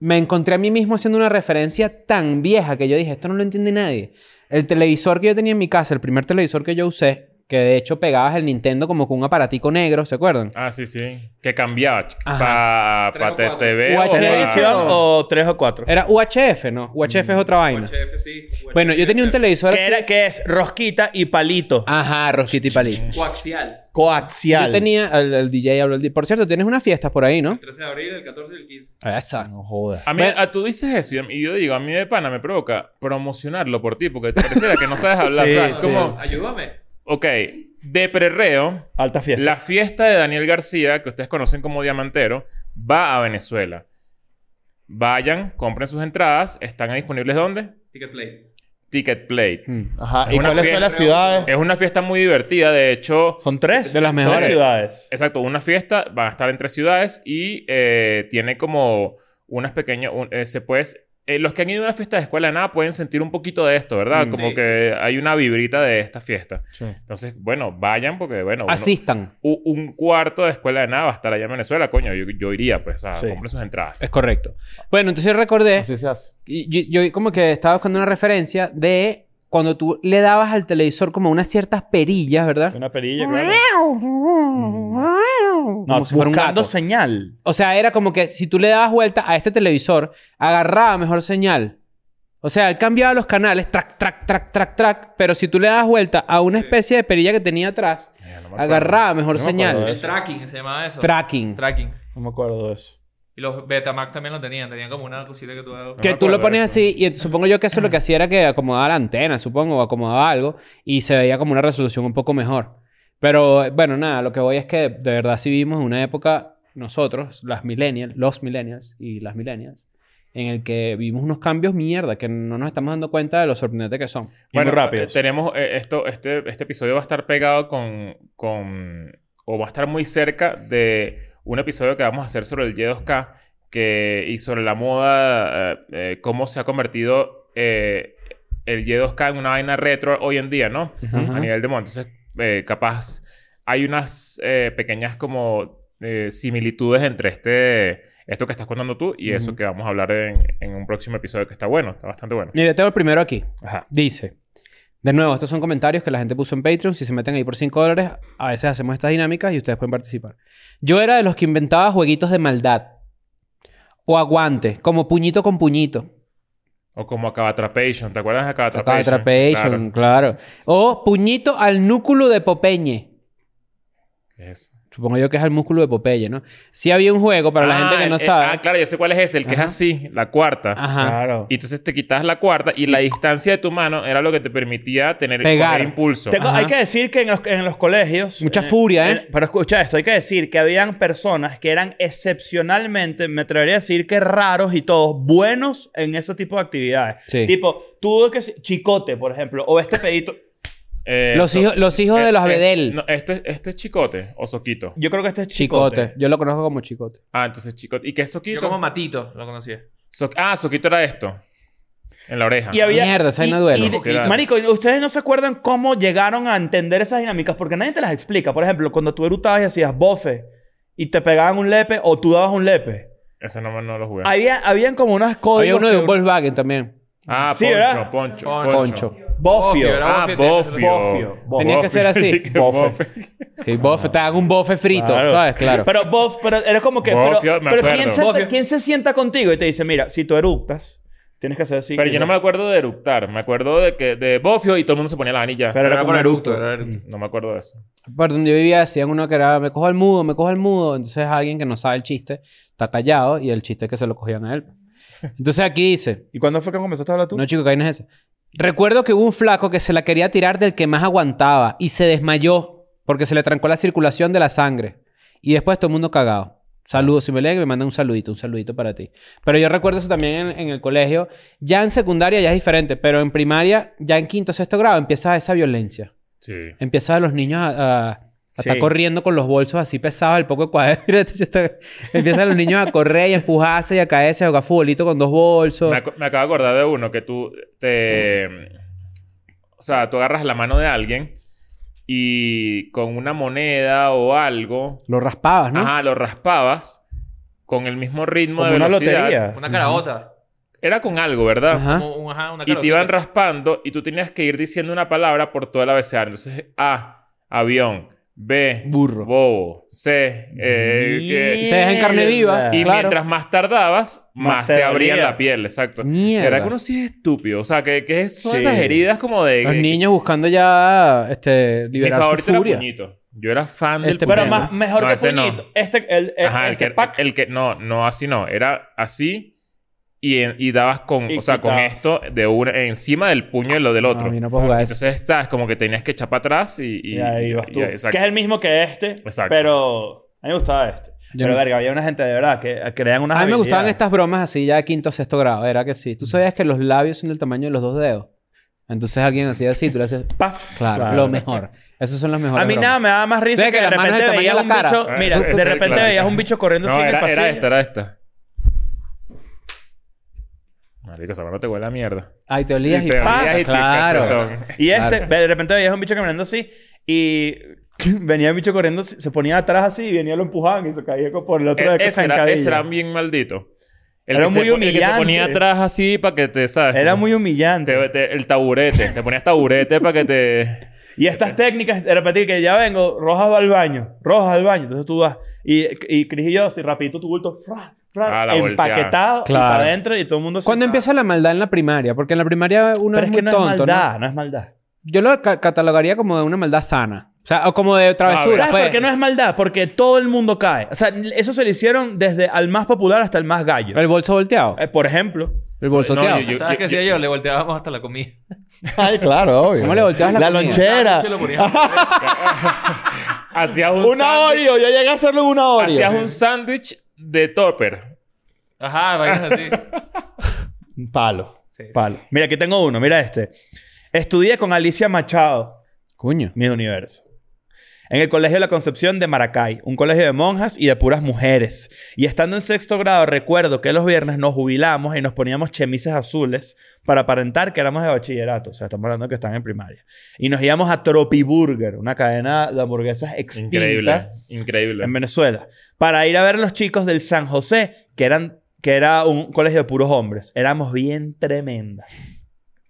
me encontré a mí mismo haciendo una referencia tan vieja que yo dije, esto no lo entiende nadie. El televisor que yo tenía en mi casa, el primer televisor que yo usé, que de hecho pegabas el Nintendo como con un aparatico negro, ¿se acuerdan? Ah, sí, sí. Que cambiaba Ajá. para Tres o cuatro. [LAUGHS] TV o ¿Televisión Ah. o Eh, tres o cuatro? Era UHF, ¿no? UHF Mm, es otra vaina. UHF, sí. UHF. Bueno, yo tenía un televisor Que, así. era, que es rosquita y palito. Ajá, rosquita y palito. Coaxial. Coaxial. Yo tenía al, al DJ, hablo al di- Por cierto, tienes unas fiestas por ahí, ¿no? El 13 de abril, el 14 y el 15. Esa. Ah, No jodas. A mí, Bueno. a, tú dices eso y- y yo digo, a mí de pana me provoca promocionarlo por ti porque te pareciera que [LAUGHS] no sabes hablar. Sí, ¿sabes? sí. Como, Ah, Ayúdame. ok, de prerreo, Alta fiesta. la fiesta de Daniel García, que ustedes conocen como Diamantero, va a Venezuela. Vayan, compren sus entradas. ¿Están disponibles dónde? Ticket play. Ticket Ah, Play. Mm. Ajá. Es ¿Y una cuáles fiesta, Eh, son las creo. ciudades? Es una fiesta muy divertida. De hecho, Son tres. de las Son mejores. ciudades. Exacto, una fiesta, van a estar en tres ciudades y eh, tiene como unas pequeñas, un- eh, se puedes, eh, los que han ido a una fiesta de escuela de nada pueden sentir un poquito de esto, ¿verdad? Mm. como Sí, que hay una vibrita de esta fiesta. Sí. Entonces, bueno, vayan porque, bueno, Ah, uno- Asistan. u- un cuarto de escuela de nada va a estar allá en Venezuela, coño, yo, yo iría, pues, a Sí. comprar sus entradas. Es correcto. Bueno, entonces recordé, Así se hace. y- yo, yo como que estaba buscando una referencia de cuando tú le dabas al televisor como unas ciertas perillas, ¿verdad? Una perilla, claro. No, si fuera un buscando gato. señal. O sea, era como que si tú le dabas vuelta a este televisor, agarraba mejor señal. O sea, él cambiaba los canales, track, track, track, track, track. Pero si tú le dabas vuelta a una especie de perilla que tenía atrás, Mira, no me acuerdo. agarraba mejor No me acuerdo señal. de El Eso. tracking, se llamaba eso. Tracking. Tracking. No me acuerdo de eso. Y los Betamax también lo tenían. Tenían como una cosita que tú... No Que me tú lo acuerdo de pones eso. así y supongo yo que eso lo que hacía era que acomodaba la antena, supongo, o acomodaba algo y se veía como una resolución un poco mejor. Pero bueno, nada, lo que voy es que de verdad sí vivimos en una época, nosotros, las millennials, los millennials y las millennials, en el que vimos unos cambios mierda que no nos estamos dando cuenta de lo sorprendente que son. Y muy rápidos. eh, Tenemos eh, esto, este, este episodio va a estar pegado con, con. O va a estar muy cerca de un episodio que vamos a hacer sobre el Y2K que, y sobre la moda, eh, eh, cómo se ha convertido eh, el Y2K en una vaina retro hoy en día, ¿no? Ajá. A nivel de moda. Entonces, eh, capaz hay unas eh, pequeñas como eh, similitudes entre este. Esto que estás contando tú y eso Ujú. que vamos a hablar en, en un próximo episodio que está bueno, está bastante bueno. Mire, tengo el primero aquí. Ajá. Dice. De nuevo, estos son comentarios que la gente puso en Patreon. Si se meten ahí por 5 dólares, a veces hacemos estas dinámicas y ustedes pueden participar. Yo era de los que inventaba jueguitos de maldad. O aguante, como puñito con puñito. O como Acabatrapation. ¿Te acuerdas de Tocaba Acabatrapation? Atrapation, Claro. claro. O puñito al núcleo de Popeye. Eso. Supongo yo que es al músculo de Popeye, ¿no? Sí había un juego, para la Ah, gente que no eh, sabe. ah, claro, ya sé cuál es ese, el que Ajá. es así, la cuarta. Ajá. Claro. Y entonces te quitas la cuarta y la distancia de tu mano era lo que te permitía tener Pegar. coger impulso. Tengo- Ajá. hay que decir que en los, en los colegios. Mucha furia, ¿eh? Pero escucha esto: hay que decir que habían personas que eran excepcionalmente, me atrevería a decir que raros y todos buenos en ese tipo de actividades. Sí. Tipo, tú que si- chicote, por ejemplo, o este pedito. Eh, Los so- hijos, los hijos eh, de los eh, Abedel. no, esto, es- esto es chicote o soquito. Yo creo que este es chicote. chicote. Yo lo conozco como chicote. Ah, entonces chicote. ¿Y qué es Yo soquito? como Matito lo conocía. So- ah, soquito era esto. En la oreja. Y había, Mierda, esa y- vaina duele. y de- Sí, claro. marico, ustedes no se acuerdan cómo llegaron a entender esas dinámicas porque nadie te las explica. Por ejemplo, cuando tú erutabas y hacías bofe y te pegaban un lepe o tú dabas un lepe. Ese no, no lo jugué. Había, habían como unas códigos. Había uno de que- un Volkswagen también. Ah, Sí, poncho, ¿verdad? poncho, Poncho. poncho. Poncho. Bofio. Bofio, era Ah, Bofio. bofio. Bofio. Tenía que ser así. [LAUGHS] Dije, Bofe. Sí, bofe. Te hago un bofe frito, Claro. ¿sabes? Claro. Pero bof, pero era como que. Bofio, pero me pero acuerdo. ¿quién, se, Bofio. ¿quién se sienta contigo y te dice, mira, si tú eructas, tienes que hacer así? Pero yo no me acuerdo de eructar. Me acuerdo de que de bofio y todo el mundo se ponía la anilla. Pero era como eructo. era eructo. No me acuerdo de eso. Por donde yo vivía decían uno que era, me cojo al mudo, me cojo al mudo. Entonces alguien que no sabe el chiste está callado y el chiste es que se lo cogían a él. Entonces aquí dice, ¿Y cuándo fue que comenzaste a hablar tú? no chico, que vaina es esa. Recuerdo que hubo un flaco que se la quería tirar del que más aguantaba y se desmayó porque se le trancó la circulación de la sangre. Y después todo el mundo cagado. Saludos, si me leen, me manda un saludito, un saludito para ti. Pero yo recuerdo eso también en, en el colegio. Ya en secundaria ya es diferente, pero en primaria, ya en quinto, sexto grado, empieza esa violencia. Sí. Empieza a los niños a, a- a Sí. estar corriendo con los bolsos así pesados, el poco de cuaderno. [LAUGHS] Mira, este chiste. Empiezan los niños a correr y a empujarse y a caerse, a jugar futbolito con dos bolsos. Me, ac- me acabo de acordar de uno que tú te. O sea, tú agarras la mano de alguien y con una moneda o algo. Lo raspabas, ¿no? Ajá, lo raspabas con el mismo ritmo Como de una velocidad. lotería. Una caraota. Era con algo, ¿verdad? Ajá. Como un- ajá, una Y carota. te iban raspando y tú tenías que ir diciendo una palabra por todo el abecedario. Entonces, A, avión. B, Burro. bobo. C, eh, que- Te dejan carne viva. Mierda. Y Claro. mientras más tardabas, más, Más te, te abrían dolía. la piel, exacto. Mierda. La verdad que uno sí es estúpido. O sea, que, que son Sí. esas heridas como de... Los que- niños buscando ya este, Mi liberar su favorito era furia. Puñito. Yo era fan del Este Pero Bueno. más, mejor No, que ese no. puñito. Este, el, el, Ajá, el, el que, que pack. el que... No, no, así no. Era así y, en- y dabas con... Y o sea, con quitabas. esto de una, encima del puño y lo del No, otro. a mí no puedo jugar eso. Entonces, sabes, como que tenías que echar para atrás y... Y ahí vas tú. y- exacto. Que es el mismo que este, Exacto. pero a mí me gustaba este. Yo pero no. verga, había una gente de verdad que crean unas A mí me gustaban habilidades. estas bromas así ya de quinto o sexto grado. Era que sí. Tú sabías que los labios son del tamaño de los dos dedos. Entonces alguien hacía así, tú le haces... Paf. Claro, lo mejor. Esos son los mejores A mí nada me daba más risa Ve que, que de las manos repente del tamaño veías de un la cara. bicho... Ah, Mira, esa- esa de es repente clásica. veías un bicho corriendo No, así en el era, pasillo. era esta, era esta. Marico, esa mano te huele a mierda. Ay, te olías y... Y te ¡pah! olías Este, y te claro. cachetón. Y este, Claro. de repente veías un bicho caminando así y [LAUGHS] venía el bicho corriendo, se ponía atrás así y venía lo empujaban y se caía co- por el otro E- de ese, era, zancadilla. ese era bien maldito. Era que muy se, po- El que se humillante. ponía atrás así para que te, ¿sabes? Era muy Te- humillante. te- el taburete. te ponías taburete para que te... Y estas técnicas, de repente que ya vengo, Rojas va al baño, Rojas al baño. Entonces tú vas y, y Cris y yo así rapidito tu bulto, fra, fra, Ah, la empaquetado y Claro. para adentro y todo el mundo se... ¿Cuándo empieza la maldad en la primaria? Porque en la primaria uno Pero es, es muy que no es tonto, maldad, ¿no? no, es maldad. Yo lo ca- catalogaría como de una maldad sana. O sea, o como de travesura. ¿Sabes pues. por qué no es maldad? Porque todo el mundo cae. O sea, eso se lo hicieron desde al más popular hasta el más gallo. El bolso volteado. Eh, por ejemplo. El bolsoteado. yo- yo- ¿Sabes qué hacía yo? Le volteábamos hasta la comida. Ay, claro, obvio. ¿Cómo le volteabas la La comida? lonchera. Se lo poníamos. Hacías un Una sándwich- Oreo, yo llegué a hacerlo en una Oreo. Hacías un sándwich de topper. Ajá, vainas así. Palo. Sí, sí. Palo. Mira, aquí tengo uno. Mira este. Estudié con Alicia Machado. Coño. Mi universo. En el Colegio La Concepción de Maracay, un colegio de monjas y de puras mujeres. Y estando en sexto grado, recuerdo que los viernes nos jubilamos y nos poníamos chemises azules para aparentar que éramos de bachillerato. O sea, estamos hablando que están en primaria. Y nos íbamos a Tropiburger, una cadena de hamburguesas extinta Increíble. Increíble. en Venezuela, para ir a ver a los chicos del San José, que, eran, que era un colegio de puros hombres. Éramos bien tremendas.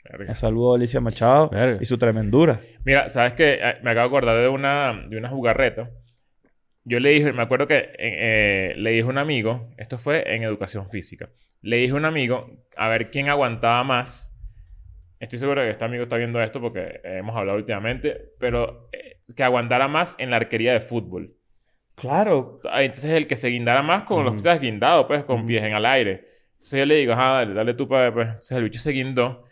Verga. Un saludo a Alicia Machado Verga. y su tremendura. Mira, ¿sabes qué? Eh, Me acabo de acordar de una, de una jugarreta. Yo le dije, me acuerdo que eh, eh, le dije a un amigo, esto fue en educación física, le dije a un amigo a ver quién aguantaba más. Estoy seguro que este amigo está viendo esto porque eh, hemos hablado últimamente, pero eh, que aguantara más en la arquería de fútbol. Claro, O sea, Entonces el que se guindara más con los Ujú. que estás guindado, pues con pies en el aire. Entonces yo le digo, ah, dale, dale tú para ver. Pues. Entonces el bicho se guindó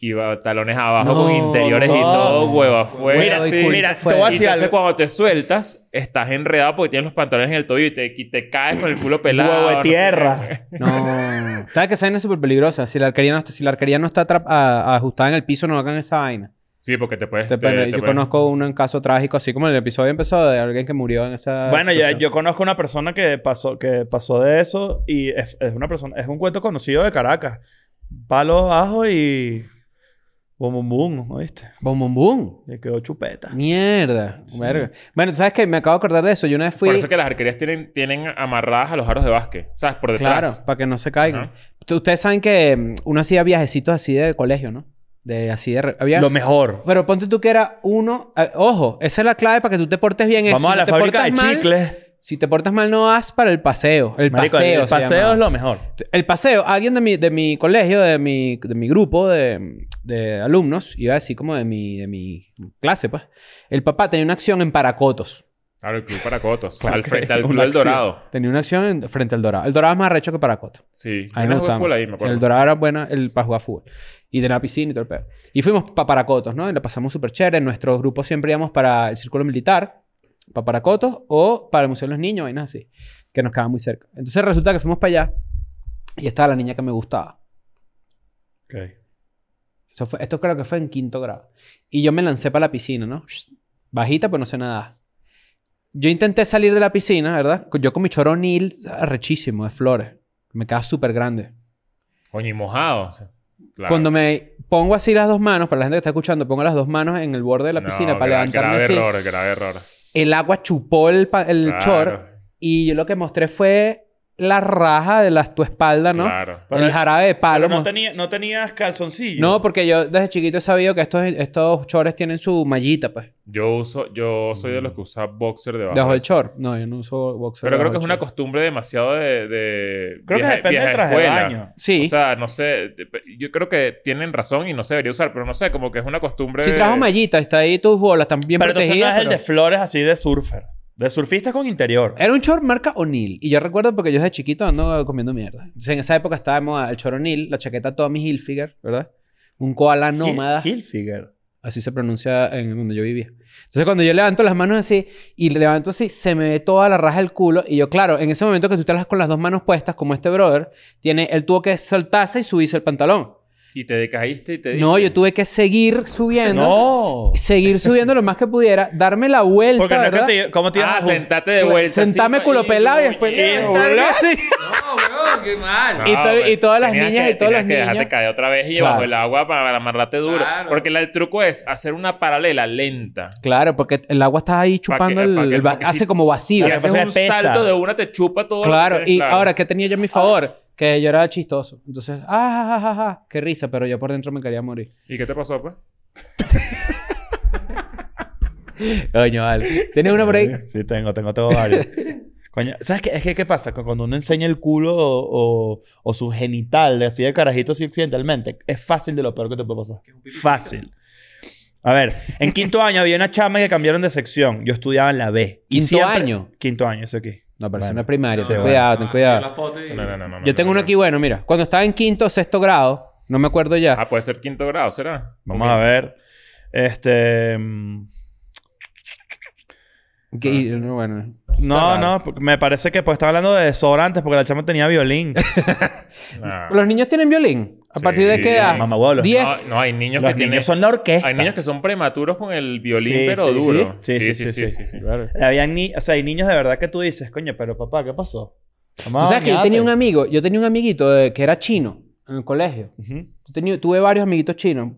y va talones abajo No, con interiores y no. todo, huevo afuera. Mira, así. sí, mira, fue. te voy a Y decir entonces algo. cuando te sueltas, estás enredado porque tienes los pantalones en el tobillo y te, y te caes con el culo pelado. Huevo de no sé tierra. qué. No. [LAUGHS] ¿Sabes que esa vaina es súper peligrosa? Si la arquería no está, si la arquería no está atrap- a- ajustada en el piso, no hagan esa vaina. [LAUGHS] Sí, porque te puedes... Te te- pele- te yo puedes- conozco un, un caso trágico, así como el episodio empezó de alguien que murió en esa. Bueno, yo, situación. yo conozco una persona que pasó, que pasó de eso y es, es una persona, es un cuento conocido de Caracas. Palos bajos y bum bum bum, ¿oíste? Bum, bum, bum. Le quedó chupeta. Mierda. Verga. Bueno, ¿sabes qué? Me acabo de acordar de eso. Yo una vez fui. Por eso que las arquerías tienen, tienen amarradas a los aros de básquet. ¿Sabes? Por detrás. Claro, para que no se caigan. Ajá. Tú- Ustedes saben que mm, uno hacía viajecitos así de colegio, ¿no? De así de. re- Había... Lo mejor. Pero ponte tú que era uno. eh, ojo, esa es la clave para que tú te portes bien. Es, Vamos si no a la te fábrica de portas mal, chicles. Si te portas mal, no vas para el paseo. El Marico, el- paseo. el se paseo llamaba. es lo mejor. El paseo, alguien de mi, de mi colegio, de mi, de mi grupo de, de alumnos, iba a decir como de mi, de mi clase, pues. El papá tenía una acción en Paracotos. Claro, el club para cotos. Claro al que frente es al una club del acción. Dorado. Tenía una acción en- frente al Dorado. El Dorado es más arrecho que Paracotos. Sí. A mí me Yo no jugué gustaba. fútbol ahí, me acuerdo. el Dorado era bueno el, para jugar fútbol. Y tenía piscina y todo el pedo. Y fuimos para Paracotos, ¿no? Y la pasamos súper chévere. Nuestros grupos siempre íbamos para el Círculo Militar, para Paracotos o para el Museo de los Niños, vainas así, que nos quedaba muy cerca. Entonces resulta que fuimos para allá y estaba la niña que me gustaba. Eso fue- esto creo que fue en quinto grado. Y yo me lancé para la piscina, ¿no? Bajita, pues no sé nada. Yo intenté salir de la piscina, ¿verdad? Yo con mi choronil rechísimo de flores. Me queda súper grande. Coño, y mojado. o sea, claro. Cuando me pongo así las dos manos, para la gente que está escuchando, pongo las dos manos en el borde de la No, piscina para gra- levantarme Grave así. error, grave error. El agua chupó el, pa- el Claro, chor y yo lo que mostré fue la raja de las tu espalda, ¿no? Claro. El jarabe de palo. Pero no, mo- tenía, no tenías calzoncillo. Ah, no, porque yo desde chiquito he sabido que estos, estos chores tienen su mallita, pues. Yo uso... Yo soy de los que usa boxer debajo. ¿Debajo de del eso. short? No, yo no uso boxer. Pero creo debajo que es del una short. costumbre demasiado de... de Creo vieja- que depende vieja del traje de escuela. baño. Sí. O sea, no sé, yo creo que tienen razón y no se debería usar, pero no sé, como que es una costumbre. si trajo mallita, está ahí tus bolas están bien pero entonces no protegidas. es el de eh, pero- flores así de surfer. De surfista con interior. Era un short marca O'Neill. Y yo recuerdo porque yo desde chiquito ando comiendo mierda. Entonces, en esa época estábamos el short O'Neill, la chaqueta Tommy Hilfiger, ¿verdad? Un koala Hil- nómada. Hilfiger. Así se pronuncia en donde yo vivía. Entonces, cuando yo levanto las manos así y levanto así, se me ve toda la raja del culo. Y yo, claro, en ese momento que tú estás con las dos manos puestas, como este brother, tiene, él tuvo que soltarse y subirse el pantalón. Y te decaíste y te No, yo tuve que seguir subiendo. No. [LAUGHS] seguir subiendo lo más que pudiera, darme la vuelta, Porque no es que ¿verdad? te, ¿cómo te ibas Ah, a jun- sentate de vuelta. Sentarme así, culo pelado y después levantarme hola. así. No, weón, qué mal. Y to- y todas las pues, tenías niñas que- y todos los tenías que dejarte niños. caer otra vez y Claro. bajo el agua para, para amarrarte duro. Claro. Porque la- el truco es hacer una paralela lenta. Claro, porque el agua está ahí chupando que- el, pa' que- el va- porque si- hace como vacío. si lo que haces pasa es un que pesa. salto de una te chupa todo. lo que Claro, tienes, y claro. ahora, ¿qué tenía yo a mi favor? Que yo era chistoso. Entonces, ah, ja, ja, ja, qué risa, pero yo por dentro me quería morir. ¿Y qué te pasó, pues? Coño, vale. ¿Tienes una por ahí? Sí, tengo, tengo, tengo [LAUGHS] varios. Coño, ¿sabes qué? Es que, ¿qué pasa? Que Cuando uno enseña el culo o, o, o su genital, de así de carajito, así accidentalmente, es fácil de lo peor que te puede pasar. Fácil. A ver, en quinto año había una chama que cambiaron de sección. Yo estudiaba en la B. ¿Quinto año? Quinto año, eso aquí. No, pero eso Bueno. no es primaria. No, ten no, cuidado, no, ten Ah, sí, cuidado. la foto y- No, no, no. no, Yo tengo no, uno no. aquí, bueno, mira. Cuando estaba en quinto o sexto grado, no me acuerdo ya. Ah, puede ser quinto grado, ¿será? Vamos a ver. Este. mm, Que- y- bueno, No, no, porque me parece que pues estaba hablando de desodorantes porque la chama tenía violín. No. ¿Los niños tienen violín? ¿A Sí. partir de qué edad? Mamá huevo, los- Diez. No, no, hay niños Los que niños tienen... son la orquesta. Hay niños que son prematuros con el violín, Sí, pero sí, sí. duro. Sí, sí, sí, sí, sí. Habían ni... O sea, hay niños de verdad que tú dices, coño, pero papá, ¿qué pasó? Tú sabes que yo tenía un amigo, yo tenía un amiguito de- que era chino en el colegio. Yo tenía- tuve varios amiguitos chinos.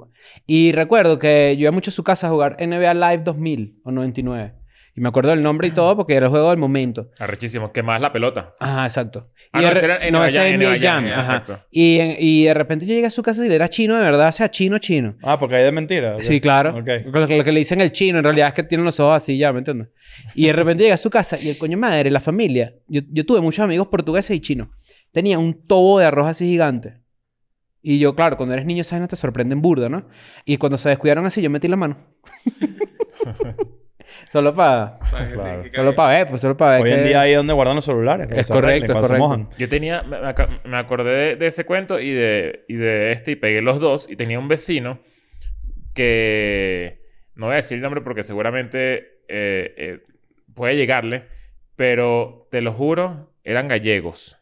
Y recuerdo que yo iba mucho a su casa a jugar NBA Live 2000 o 99. Y me acuerdo el nombre y todo porque era el juego del momento. Arrechísimo. Quemás la pelota. Ajá, exacto. Ah, y no, de re- ese era en no, Nueva ese York, es en NBA Nueva Jam, York, ajá. exacto. Y, en- y de repente yo llegué a su casa y él era chino de verdad, o sea, chino, chino. Ah, porque hay de mentira. Sí, claro. Ok. Lo, lo que le dicen el chino en realidad es que tiene los ojos así ya, ¿me entiendes? Y de repente llega a su casa y el coño madre, la familia. Yo, yo tuve muchos amigos portugueses y chinos. Tenía un tobo de arroz así gigante. Y yo, claro, cuando eres niño, sabes, no te sorprenden burda, ¿no? Y cuando se descuidaron así, yo metí la [LAUGHS] mano. solo para... Claro. Solo para ver, pues solo para ver. Hoy en que- día ahí es donde guardan los celulares. Es correcto, es correcto. Yo tenía... Me, me aca- me acordé de, de ese cuento y de, y de este y pegué los dos. Y tenía un vecino que... No voy a decir el nombre porque seguramente eh, eh, puede llegarle. Pero te lo juro, eran gallegos.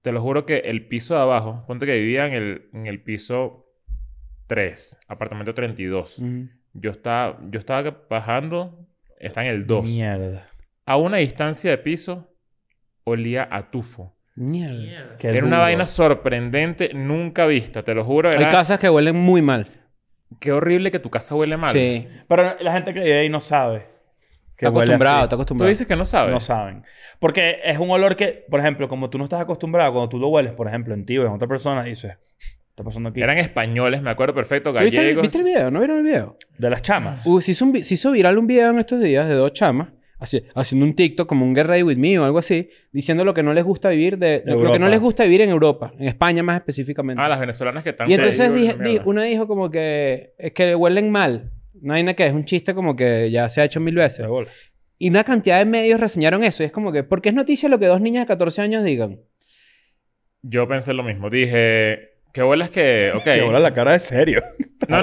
Te lo juro que el piso de abajo... Ponte que vivía en el, en el piso 3. Apartamento 32. Ujú. Yo estaba, yo estaba bajando, está en el 2. Mierda. A una distancia de piso, olía a tufo. Mierda. Qué era una duro. vaina sorprendente, nunca vista, te lo juro. Era, Hay casas que huelen muy mal. Qué horrible que tu casa huele mal. Sí. Pero la gente que vive ahí no sabe. que Está huele acostumbrado, así. está Tú acostumbrado. dices que no sabes. No saben. Porque es un olor que, por ejemplo, como tú no estás acostumbrado, cuando tú lo hueles, por ejemplo, en ti o en otra persona, dices, está pasando aquí. Eran españoles, me acuerdo perfecto, ¿Tú viste el- gallegos. ¿Viste el video? ¿No vieron el video? De las chamas. Uh, se, hizo un vi- se hizo viral un video en estos días de dos chamas haci- haciendo un TikTok como un Get Ready With Me o algo así, diciendo lo que no les gusta vivir de, lo- lo que Europa. no les gusta vivir en Europa, en España más específicamente. Ah, las venezolanas que están... y entonces Sí, dije- mierda. di- una dijo como que es que huelen mal. No hay nada que es un chiste como que ya se ha hecho mil veces. De bola. Y una cantidad de medios reseñaron eso. Y es como que, ¿por qué es noticia lo que dos niñas de 14 años digan? Yo pensé lo mismo. Dije, qué bolas que... Ok. Que bola la cara de serio. No,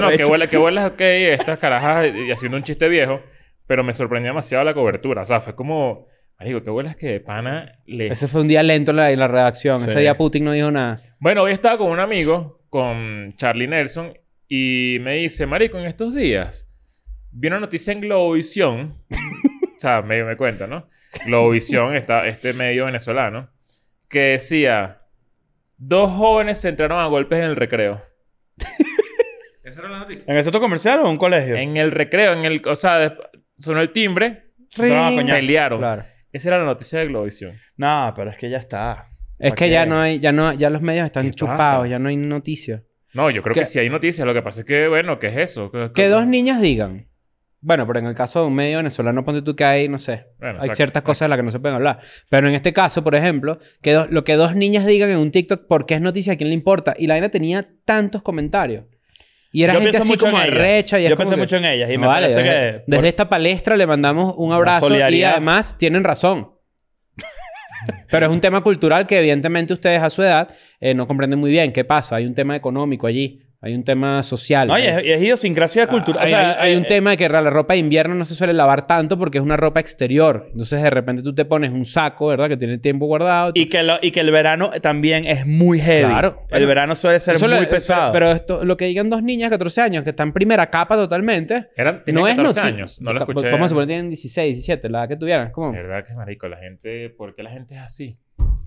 [LAUGHS] no, Arrecho. que vuelas, que vuelas, ok, estas carajas y- y haciendo un chiste viejo, pero me sorprendió demasiado la cobertura. O sea, fue como, digo, que vuelas que de pana les... Ese fue un día lento en la, en la redacción. Sí. Ese día Putin no dijo nada. Bueno, hoy estaba con un amigo, con Charlie Nelson, y me dice, Marico, en estos días vi una noticia [LAUGHS] en Globovisión. o sea, medio me cuenta, ¿no? Globovisión, está, este medio venezolano, que decía, dos jóvenes se entraron a golpes en el recreo. Esa era la noticia. ¿En el centro comercial o en un colegio? En el recreo, en el... O sea, des- sonó el timbre, No, Ring. coñazo. pelearon. Claro. Esa era la noticia de Globovisión. No, pero es que ya está. Es ¿Pa que qué? ya no hay, ya no, ya los medios ¿Qué están pasa? chupados, ya no hay noticias. No, yo creo ¿Qué? que sí hay noticias. Lo que pasa es que, bueno, ¿qué es eso? ¿Qué, Que dos niñas digan. Bueno, pero en el caso de un medio venezolano, ponte tú que hay, no sé, Bueno, hay exacto. ciertas cosas de las que no se pueden hablar. Pero en este caso, por ejemplo, que dos- lo que dos niñas digan en un TikTok, porque es noticia, ¿a quién le importa? Y la vaina tenía tantos comentarios. Y era Yo gente pienso así mucho como en ellas. arrecha. Y es Yo como pensé que, mucho en ellas y "No me vale, parece desde, que... desde esta palestra le mandamos un abrazo y solidaridad. además tienen razón. Pero es un tema cultural que evidentemente ustedes a su edad eh, no comprenden muy bien qué pasa. Hay un tema económico allí, hay un tema social. No, y es, y es idiosincrasia cultural. Ah, Hay, o sea, hay- hay un eh, tema de que la ropa de invierno no se suele lavar tanto porque es una ropa exterior. Entonces de repente tú te pones un saco, ¿verdad? Que tiene tiempo guardado. eh, Y que, lo- y que el verano también es muy heavy. Claro. El Bueno, verano suele ser Eso lo- muy pesado. Pero, pero esto, lo que digan dos niñas de 14 años que están primera capa totalmente. Eran, tenían 14 noti- años. No lo escuché. Vamos a suponer que tienen 16, 17, la edad que tuvieran. Es como- De verdad que, marico, la gente... ¿Por qué la gente es así?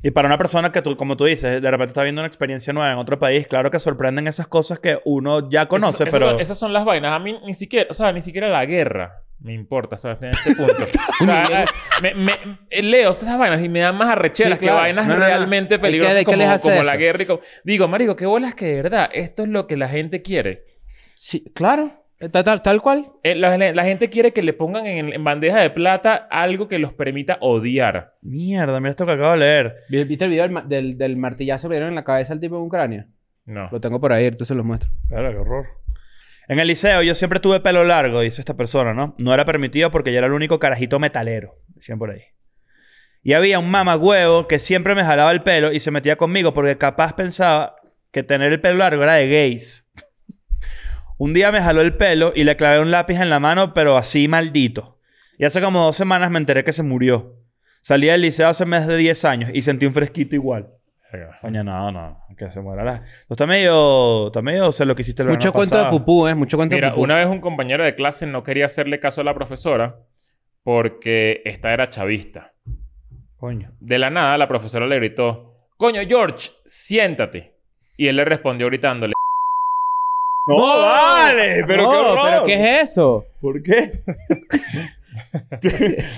Y para una persona que, tú, como tú dices, de repente está viendo una experiencia nueva en otro país, claro que sorprenden esas cosas que uno ya conoce, Esas- esas pero... son- esas son las vainas. A mí ni siquiera... O sea, ni siquiera la guerra me importa, ¿sabes? En este punto. [LAUGHS] o sea, me, me- eh, leo estas vainas y me dan más arrecheras Sí, claro. que vainas No, no, no. realmente ¿Y qué- peligrosas de qué como, les hace como eso? la guerra y como... Digo, marico, qué bolas que de verdad esto es lo que la gente quiere. Sí, claro. Tal, tal, tal cual. Eh, la, la gente quiere que le pongan en- en bandeja de plata algo que los permita odiar. Mierda, mira esto que acabo de leer. ¿Vi- ¿Viste el video del, ma- del, del martillazo que le dieron en la cabeza al tipo de Ucrania? No. Lo tengo por ahí, entonces se los muestro. Claro, qué horror. En el liceo yo siempre tuve pelo largo, dice esta persona, ¿no? No era permitido porque yo era el único carajito metalero, decían por ahí. Y había un mamagüevo que siempre me jalaba el pelo y se metía conmigo porque capaz pensaba que tener el pelo largo era de gays. Un día me jaló el pelo y le clavé un lápiz en la mano, pero así maldito. Y hace como dos semanas me enteré que se murió. Salí del liceo hace más de 10 años y sentí un fresquito igual. Verga. Coño, no, no. Que se muera la... Tú estás medio... Estás medio... O sea, lo que hiciste el Mucho verano cuento de pasado. pupú, ¿eh? Mucho cuento de Mira, pupú. una vez un compañero de clase no quería hacerle caso a la profesora porque esta era chavista. Coño. De la nada, la profesora le gritó, coño, George, siéntate. Y él le [LAUGHS] respondió gritándole, ¡No, vale! ¡Pero qué No, horror! ¿Pero qué es eso? ¿Por qué? [LAUGHS]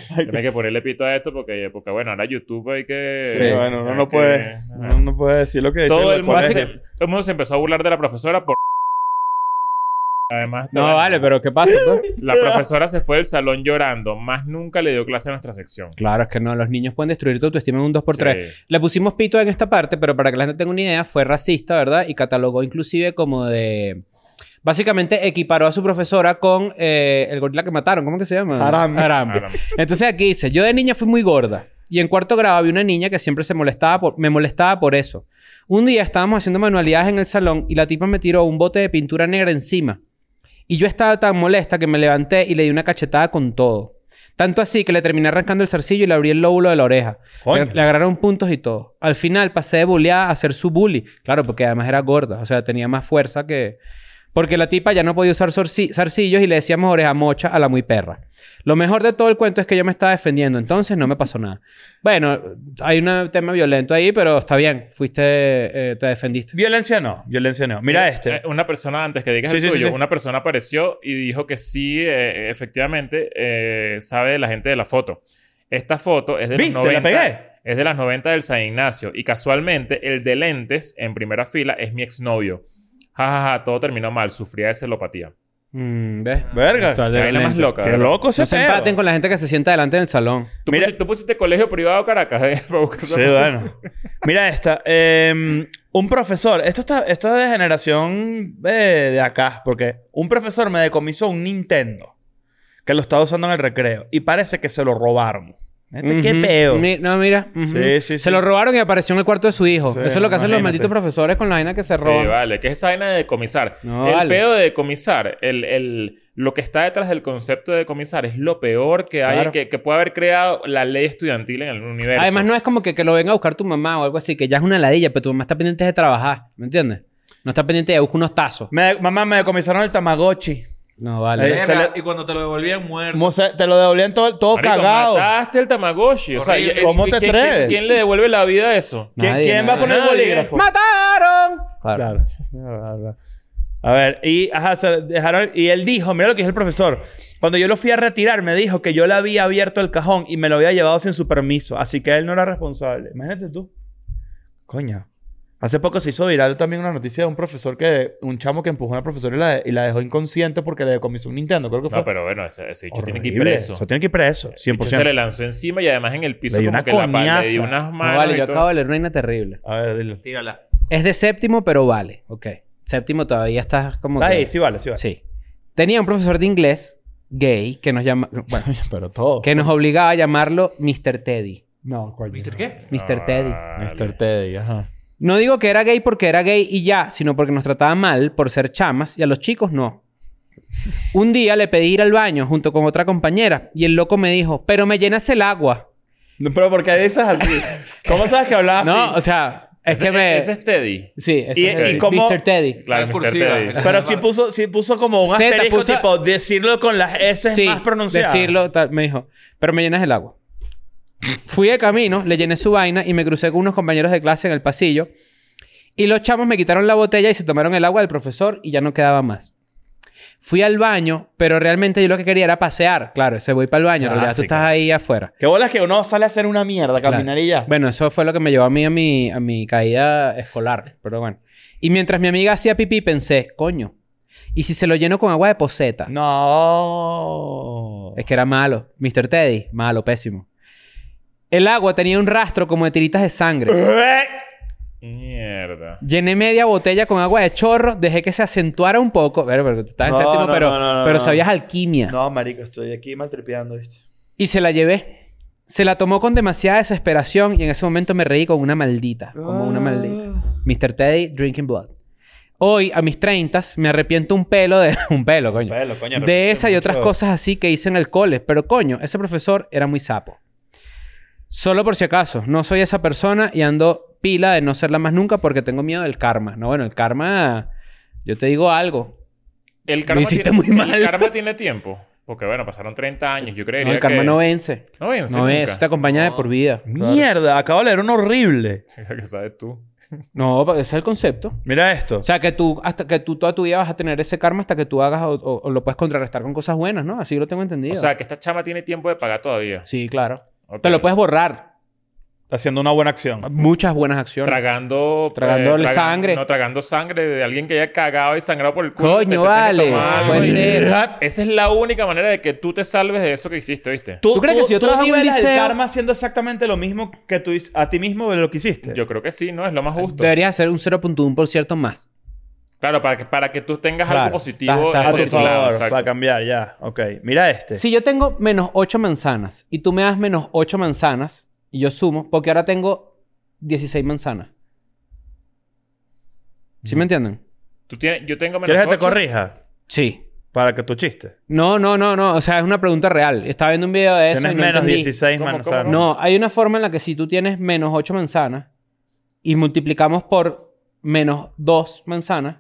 Ay, tiene que ponerle pito a esto porque, porque bueno, ahora YouTube hay que... Sí, bueno, uno hay no que- puede, uno no puede decir lo que dice. todo, el mundo colegio. se, todo el mundo se empezó a burlar de la profesora por... [LAUGHS] Además, No, bueno, vale, pero ¿qué pasa? pues? La profesora se fue del salón llorando. Más nunca le dio clase a nuestra sección. claro, es que no. Los niños pueden destruir tu autoestima en un 2x3. Sí. Le pusimos pito en esta parte, pero para que la gente tenga una idea, fue racista, ¿verdad? Y catalogó inclusive como de... Básicamente equiparó a su profesora con eh, el gorila que mataron. ¿Cómo que se llama? Arambe. Arambe. Ahora, Entonces aquí dice, yo de niña fui muy gorda. Y en cuarto grado había una niña que siempre se molestaba por, me molestaba por eso. Un día estábamos haciendo manualidades en el salón y la tipa me tiró un bote de pintura negra encima. Y yo estaba tan molesta que me levanté y le di una cachetada con todo. Tanto así que le terminé arrancando el zarcillo y le abrí el lóbulo de la oreja. Coño. Le, le agarraron puntos y todo. Al final pasé de bulleada a ser su bully. Claro, porque además era gorda. O sea, tenía más fuerza que... Porque la tipa ya no podía usar sorci- zarcillos y le decíamos oreja mocha a la muy perra. Lo mejor de todo el cuento es que yo me estaba defendiendo, entonces no me pasó nada. Bueno, hay un tema violento ahí, pero está bien. Fuiste, eh, te defendiste. Violencia no, violencia no. Mira este. eh, Una persona, antes que digas Sí, el sí, sí, tuyo, sí. una persona apareció y dijo que sí, eh, efectivamente, eh, sabe de la gente de la foto. Esta foto es de ¿Viste? los La 90. pegué. Es de las 90 del San Ignacio. Y casualmente, el de lentes, en primera fila, es mi exnovio. Ja, ja, ja, todo terminó mal. Sufría de celopatía. Mm, ¿Ves? Verga. Está La vaina más violento. loca. Qué ¿verdad? loco ese No se pedo. empaten con la gente que se sienta delante en el salón. ¿Tú, Mira- pusiste, tú pusiste colegio privado Caracas. eh, [LAUGHS] para buscar- Sí, bueno. Mira esta. eh, un profesor. Esto, está, esto es de generación eh, de acá. Porque un profesor me decomisó un Nintendo. Que lo estaba usando en el recreo. Y parece que se lo robaron. Este, ¿Qué Ujú. peo? Mi- no, mira. ujú. Sí, sí, Se sí. lo robaron y apareció en el cuarto de su hijo. Sí, Eso es lo que hacen los imagínate. malditos profesores con la vaina que se roban. Sí, vale. Que es esa vaina de decomisar. No, el vale. pedo de decomisar, el, el- lo que está detrás del concepto de decomisar es lo peor que hay, Claro. que, que puede haber creado la ley estudiantil en el universo. Además, no es como que, que lo venga a buscar tu mamá o algo así, que ya es una ladilla, pero tu mamá está pendiente de trabajar. ¿Me entiendes? No está pendiente de buscar unos tazos. Me- mamá, me decomisaron el Tamagotchi. No, vale. Eh, se le- Y cuando te lo devolvían muerto. Mo- se- Te lo devolvían todo, todo Marico, cagado. Mataste el Tamagotchi. O sea, Horrible. y- y- ¿Cómo te ¿quién- quién- atreves? ¿quién, le devuelve la vida a eso? ¿Qui- Nadie, ¿Quién va a nadie. poner el Nadie. bolígrafo? ¡Mataron! Claro. Claro. [LAUGHS] A ver, y, ajá, se dejaron, y él dijo, mira lo que dice el profesor, cuando yo lo fui a retirar me dijo que yo le había abierto el cajón y me lo había llevado sin su permiso, así que él no era responsable. Imagínate tú. Coña. Hace poco se hizo viral también una noticia de un profesor que, un chamo que empujó a una profesora y la, y la dejó inconsciente porque le decomisó un Nintendo, creo que fue. No, pero bueno, ese, ese bicho tiene que ir Horrible. preso. Eso tiene que ir preso, El bicho se le 100%. lanzó encima y además en el piso Le dio como una que la pal- le dio coñaza. unas No, manos vale, y yo todo. acabo de leer una vaina terrible. A ver, dilo. Tírala. Es de séptimo, pero vale. Ok. Séptimo todavía estás como. que- Ahí, sí vale, sí vale. Sí. Tenía un profesor de inglés gay que nos llama, bueno, Pero todo. que nos obligaba a llamarlo Mr. Teddy. No, coño. ¿Mister qué? Mr. Teddy. Vale. Mr. Teddy, ajá. No digo que era gay porque era gay y ya, sino porque nos trataba mal por ser chamas y a los chicos no. Un día le pedí ir al baño junto con otra compañera y el loco me dijo, pero me llenas el agua. No, pero porque a veces así. ¿Cómo sabes que [LAUGHS] hablabas no, así? o sea, es Ese- e, que me... Ese es Teddy. Sí, ese Y- es y Teddy. cómo- Mr. Teddy. Claro, En Mr. cursiva. eh. Teddy. pero sí puso, sí puso como un Z, asterisco, puso- tipo, decirlo con las S Sí, más pronunciadas. Decirlo, tal, me dijo, pero me llenas el agua. Fui de camino, le llené su vaina y me crucé con unos compañeros de clase en el pasillo. Y los chamos me quitaron la botella y se tomaron el agua del profesor y ya no quedaba más. Fui al baño, pero realmente yo lo que quería era pasear. Claro, ese voy para el baño, en realidad tú Clásica. estás ahí afuera. Qué bolas que uno sale a hacer una mierda, Claro. caminar y ya. Bueno, eso fue lo que me llevó a mí a mi, a mi caída escolar, pero bueno. Y mientras mi amiga hacía pipí, pensé, coño, ¿y si se lo lleno con agua de poseta? No. Es que era malo. Mr. Teddy, malo, pésimo. El agua tenía un rastro como de tiritas de sangre. Mierda. Llené media botella con agua de chorro, dejé que se acentuara un poco. Ver, porque tú estabas en No, séptimo, no, pero, no, no, no, pero no. sabías alquimia. No, marico, estoy aquí maltripeando, ¿viste? Y se la llevé. Se la tomó con demasiada desesperación y en ese momento me reí con una maldita. Como una maldita. Ah. Mr. Teddy, drinking blood. Hoy, a mis 30, me arrepiento un pelo de... [LAUGHS] un pelo, coño. Pelo, coño, de repito esa y mucho. otras cosas así que hice en el cole. Pero coño, ese profesor era muy sapo. Solo por si acaso, no soy esa persona y ando pila de no serla más nunca porque tengo miedo del karma. No, bueno, el karma, yo te digo algo. El Lo karma hiciste tiene, muy mal. El karma tiene tiempo. Porque bueno, pasaron 30 años. Yo creería No, el karma que... no vence. No vence No nunca. es, [LAUGHS] te acompaña de No. por vida. Mierda, acabo de leer un horrible. ¿Qué sabes tú? No, ese es el concepto. Mira esto. O sea, que tú, hasta que tú toda tu vida vas a tener ese karma hasta que tú hagas o, o- o lo puedes contrarrestar con cosas buenas, ¿no? Así lo tengo entendido. O sea, que esta chama tiene tiempo de pagar todavía. sí, claro. Ok. Te lo puedes borrar. Haciendo una buena acción. Muchas buenas acciones. Tragando... pues, Tragándole sangre. No, tragando sangre de alguien que haya cagado y sangrado por el culo. Coño, Te- te tienes que vale. tomar algo Puede y- ser. Esa es la única manera de que tú te salves de eso que hiciste, ¿viste? ¿Tú crees que si yo tú trabajo en un nivelas el liceo- karma haciendo exactamente lo mismo que tú hic- a ti mismo de lo que hiciste? Yo creo que sí, ¿no? Es lo más justo. Deberías hacer un 0.1% más. Claro, para que, para que tú tengas Claro. algo positivo. Estás- estás en a por tu tu positivo. favor, lado, exacto. para cambiar, ya. Ok. Mira este. Si yo tengo menos 8 manzanas y tú me das menos 8 manzanas y yo sumo, porque ahora tengo 16 manzanas. ¿Sí me entienden? Tú tienes, yo tengo menos ¿Quieres que te ocho. corrija? Sí. Para que tu chiste. No, no, no, no. O sea, es una pregunta real. Estaba viendo un video de eso. Tienes y no menos entendí. 16 ¿Cómo, cómo manzanas. No, hay una forma en la que si tú tienes menos 8 manzanas y multiplicamos por menos 2 manzanas,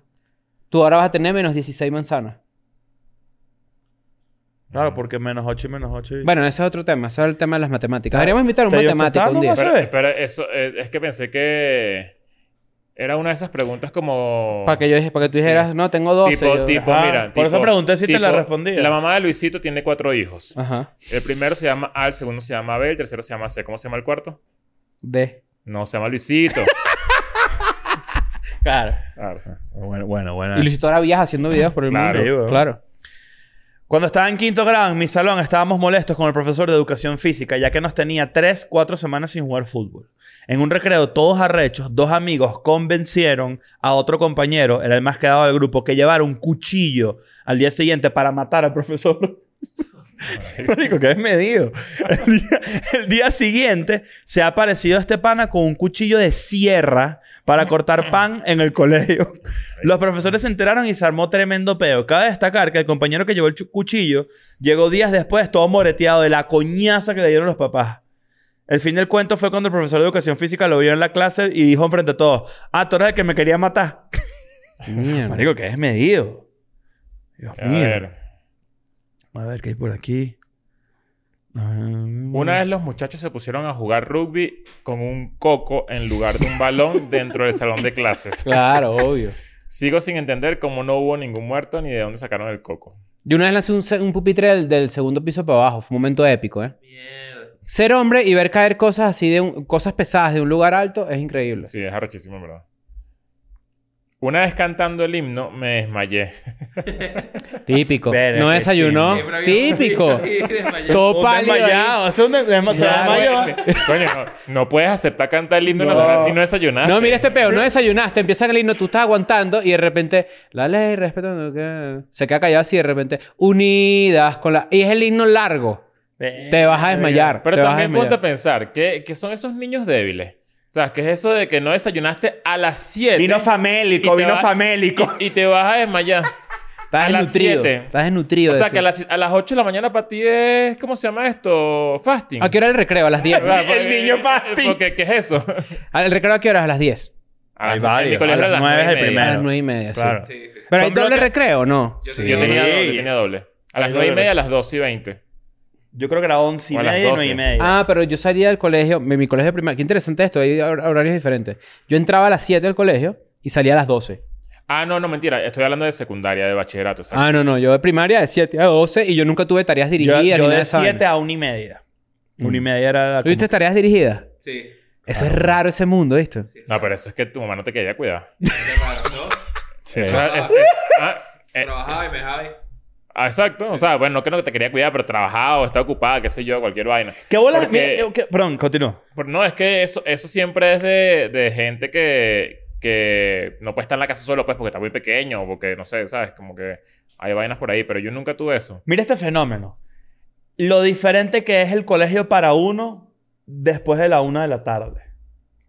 tú ahora vas a tener menos 16 manzanas. Claro, porque menos 8 y menos 8. Y... Bueno, ese es otro tema. Ese es el tema de las matemáticas. Deberíamos invitar a un te digo, matemático ¿estás un día. dando Pero, ¿Sabes? pero eso eh, es, que pensé que era una de esas preguntas como. Para que, yo, dije- para que tú dijeras, no, tengo 12. Tipo, yo- tipo, Ajá. mira. Por eso tipo- pregunté si te tipo, la respondía. Ah. La mamá de Luisito tiene cuatro hijos. Ajá. El primero se llama A, el segundo se llama B, el tercero se llama C. ¿Cómo se llama el cuarto? D. No, se [LAUGHS] llama Luisito. Claro. Claro. Ah, Bueno, bueno, bueno. Y Luisito ahora viaja haciendo videos por el Claro. mundo. Sí, weón. claro. Cuando estaba en quinto grado en mi salón estábamos molestos con el profesor de educación física ya que nos tenía tres, cuatro semanas sin jugar fútbol. En un recreo todos arrechos, dos amigos convencieron a otro compañero, era el más quedado del grupo, que llevara un cuchillo al día siguiente para matar al profesor. [LAUGHS] Marico, qué desmedido. El día, el día siguiente se ha aparecido este pana con un cuchillo de sierra para cortar pan en el colegio. Los profesores se enteraron y se armó tremendo peo. Cabe destacar que el compañero que llevó el chu- cuchillo llegó días después todo moreteado de la coñaza que le dieron los papás. El fin del cuento fue cuando el profesor de educación física lo vio en la clase y dijo enfrente a todos, ah, tú eres el que me quería matar. Mierda. Marico, qué desmedido. Dios A mío. ver. A ver, ¿qué hay por aquí? Ah, Una Una vez los muchachos se pusieron a jugar rugby con un coco en lugar de un balón dentro del salón de [LAUGHS] clases. Claro, obvio. Sigo sin entender cómo no hubo ningún muerto ni de dónde sacaron el coco. Yo una vez lancé un, se- un pupitre del, del segundo piso para abajo. Fue un momento épico, ¿eh? Mierda. Ser hombre y ver caer cosas así de un- cosas pesadas de un lugar alto es increíble. Sí, es arrochísimo, en verdad. Una vez cantando el himno, me desmayé. Típico. Verga, no qué desayunó. Siempre había Ah, [LAUGHS] Típico. un bicho ahí desmayado. Todo pálido. ahí. desmayado. Es un des- desma- se Claro. desmayó. Coño, no, no puedes aceptar cantar el himno No. nacional si no desayunaste. No, mira este peo, no desayunaste, empieza el himno, tú estás aguantando y de repente, la ley respetando que... Se queda callado así de repente, unidas con la... Y es el himno largo, te vas a desmayar. Pero te vas a también desmayar. ponte a pensar, ¿qué, qué son esos niños débiles? O sea, ¿qué es eso de que no desayunaste a las 7? Vino famélico, Y te vino va- famélico. y te vas a desmayar. Estás a las desnutrido. siete. Estás desnutrido. O de sea, eso. que a las, a las 8 de la mañana para ti es... ¿Cómo se llama esto? Fasting. ¿A qué hora el recreo? A las 10. ¿Verdad? El Porque- niño fasting. Porque, ¿qué es eso? ¿El recreo a qué hora? A las 10. Hay En varios. mi colegio A era las las nueve es nueve el y media. A primero. las 9 y media, sí. Claro. Sí, sí. Pero hay Son doble bloques- recreo, ¿o ¿no? Yo Sí. Yo tenía- tenía Sí. doble, tenía doble. A las Hay 9 y doble. media, a las 12 y 20. Yo creo que era once y O a las media y 12. nueve y media. Ah, pero yo salía del colegio, mi, mi colegio primario. Qué interesante esto, hay hor- horarios diferentes. Yo entraba a las 7 del colegio y salía a las 12. Ah, no, no, mentira. Estoy hablando de secundaria, de bachillerato. exacto. Ah, no, no, yo de primaria de 7 a 12 y yo nunca tuve tareas Yo, dirigidas ni yo nada de de esa siete vaina. a una y media. Mm. Una y media era la... ¿Tuviste tareas dirigidas? Sí. Ese es raro ese mundo, ¿viste? sí. No, pero eso es que tu mamá no te quería cuidar. Además, Eso ¿no? es- es- ah, eh, Trabajaba y me dejaba ahí. ah, exacto. O sea, bueno, no que no te quería cuidar, pero trabajaba o estaba ocupada, qué sé yo, cualquier vaina. ¿Qué bolas? Porque- Mira, eh, qué- qué- Perdón, continúa. Pero no, es que eso, eso siempre es de, de gente que, que no puede estar en la casa solo, pues, porque está muy pequeño o porque, no sé, ¿sabes? Como que hay vainas por ahí, pero yo nunca tuve eso. Mira este fenómeno. Lo diferente que es el colegio para uno después de la una de la tarde.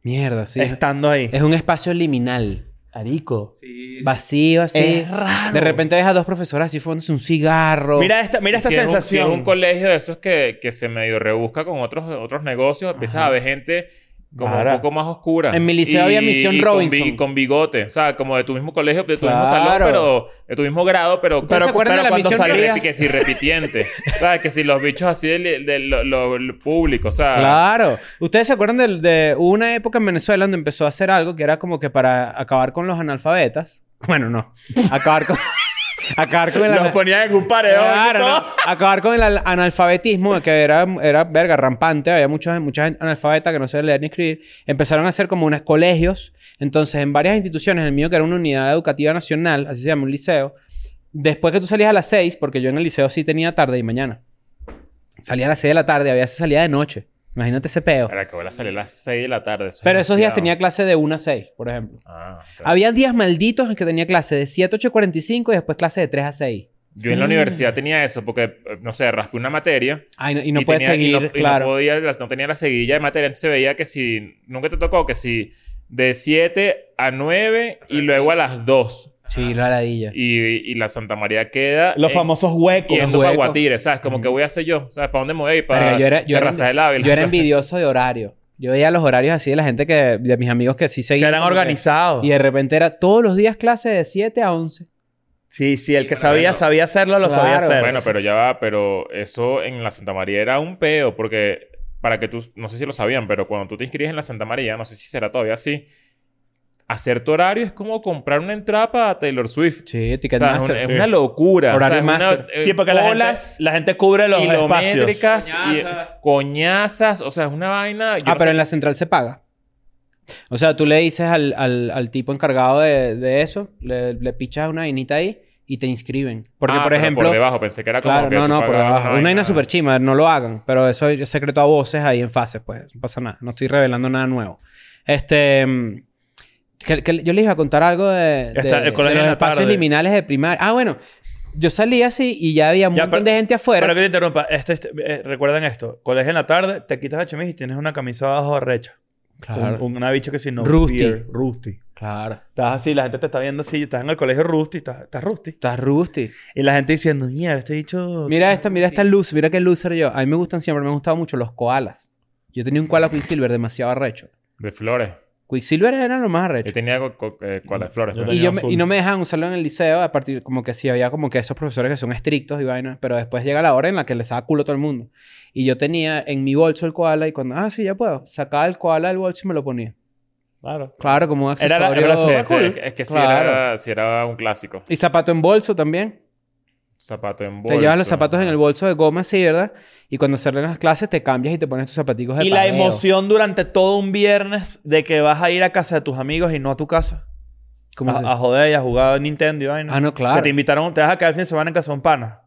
Mierda, sí. Estando ahí. Es un espacio liminal. Arico. Sí, sí. Vacío, así. Es raro. De repente ves a dos profesoras así fumándose un cigarro. Mira esta, mira esta si es un- si sensación. es un colegio de esos que, que se medio rebusca con otros, otros negocios, empiezas Ajá. a ver gente como Vara. un poco más oscura. En mi liceo había Misión con bi- Robinson. Con, bigote. O sea, como de tu mismo colegio, de tu mismo salón, Claro. pero de tu mismo grado, pero... ¿Ustedes pero se acuerdan de pero la cuando misión que Robinson? salías, repi- que si repitiente. o sea, que si los bichos así del, del- lo, lo- lo público. O sea, Claro. ¿Ustedes se acuerdan del- de, hubo una época en Venezuela donde empezó a hacer algo que era como que para acabar con los analfabetas? [LAUGHS] Bueno, no. Acabar con... [LAUGHS] acabar con el... los ana- ponían en un paredón. y Claro, todo. no. Acabar con el al- analfabetismo, que era, era verga, rampante. Había muchas, muchas analfabetas que no sabían leer ni escribir. Empezaron a hacer como unos colegios. Entonces, en varias instituciones, el mío que era una unidad educativa nacional, así se llama, un liceo. Después que tú salías a las 6, porque yo en el liceo sí tenía tarde y mañana. Salía a las 6 de la tarde, había esa salida de noche. Imagínate ese peo. Para que voy a salir a las 6 de la tarde. eso es Pero esos días tenía demasiado. clase de 1 a 6, por ejemplo. Ah, claro. Había días malditos en que tenía clase de 7 a 8.45 y después clase de 3 a 6. Yo Mm. en la universidad tenía eso porque, eh, no sé, raspé una materia. Ay, no- y no puedes tenía- y seguir, no- y no, claro. podía, las- no tenía la seguilla de materia. Entonces se veía que si... Nunca te tocó que si de 7 a 9 y luego a las 2. Sí, la ladilla. Ah. Y, y la Santa María queda... Los Eh, en- famosos huecos. Yendo para huecos. Guatire, ¿sabes? Como que voy a hacer yo. ¿Sabes? ¿Para dónde me voy? a ir? Para Verga, yo era- yo era Terraza del Ávila. Yo era [LAUGHS] ¿sabes? envidioso de horario. Yo veía los horarios así de la gente que... De mis amigos que sí Que seguían. eran como que- organizados. Y de repente era todos los días clase de 7 a 11. Sí, sí, el que Bueno, sabía, bueno. sabía hacerlo, lo sabía Claro. hacer. Bueno, pero ya va, pero eso en la Santa María era un peo, porque para que tú, no sé si lo sabían, pero cuando tú te inscribes en la Santa María, no sé si será todavía así, hacer tu horario es como comprar una entrada para Taylor Swift. Sí, O sea, es, un- Ticketmaster. es una locura. Horario o sea, es una- master. eh, sí, porque la gente, colas la gente cubre los espacios. kilométricas y- Coñazas. coñazas, o sea, es una vaina. yo Ah, no pero sé- en la central se paga. O sea, tú le dices al, al- al tipo encargado de, de eso, le, le pichas una vainita ahí y te inscriben. Porque, Ah, por pero ejemplo... Por debajo, pensé que era como. Claro, que no, tú no, por pagabas debajo. Una vaina vaina. super chima, no lo hagan. Pero eso es secreto a voces ahí en fases, pues. No pasa nada. No estoy revelando nada nuevo. Este... mm, que- que yo les iba a contar algo de, de- Está- el de colegio los en la espacios tarde. liminales de primaria. Ah, bueno. Yo salí así y ya había un Ya, montón pero- de gente afuera. Pero que te interrumpa, este, este, eh, recuerden esto: colegio en la tarde, te quitas la chemis y tienes una camisa abajo recha. Claro. Un, una bicha que si no. Rusty. fear, rusty. Claro. Estás así, la gente te está viendo así, estás en el colegio rusty, estás, estás rusty. Estás rusty. Y la gente diciendo, mierda, este dicho. Mira esta, mira esta luz, mira qué loser yo. A mí me gustan siempre, me han gustado mucho los koalas. Yo tenía un koala Quicksilver demasiado arrecho. De flores. Quicksilver era lo más Yo arrecho. tenía co- co- eh, cola de flores. Yo pero- Y, tenía yo me- azul. y no me dejaban usarlo en el liceo, a partir como que sí, había como que esos profesores que son estrictos y vainas, pero después llega la hora en la que les da culo a todo el mundo. Y yo tenía en mi bolso el koala y cuando, ah, sí, ya puedo, sacaba el koala del bolso y me lo ponía. Claro. Claro, como un Era accesorio. la- era la Sí, Está sí, cool. es que- es que sí, Claro. era, sí era un clásico. Y zapato en bolso también. Zapato en bolso. Te llevas los zapatos en el bolso de goma, sí, ¿verdad? Y cuando salen las clases te cambias y te pones tus zapaticos de Y la paseo. emoción durante todo un viernes de que vas a ir a casa de tus amigos y no a tu casa. ¿Cómo se- A, a joder y a jugar Nintendo y vaina. Ah, no, Ah, Que claro. te invitaron, te vas a quedar el fin de semana en casa de un pana.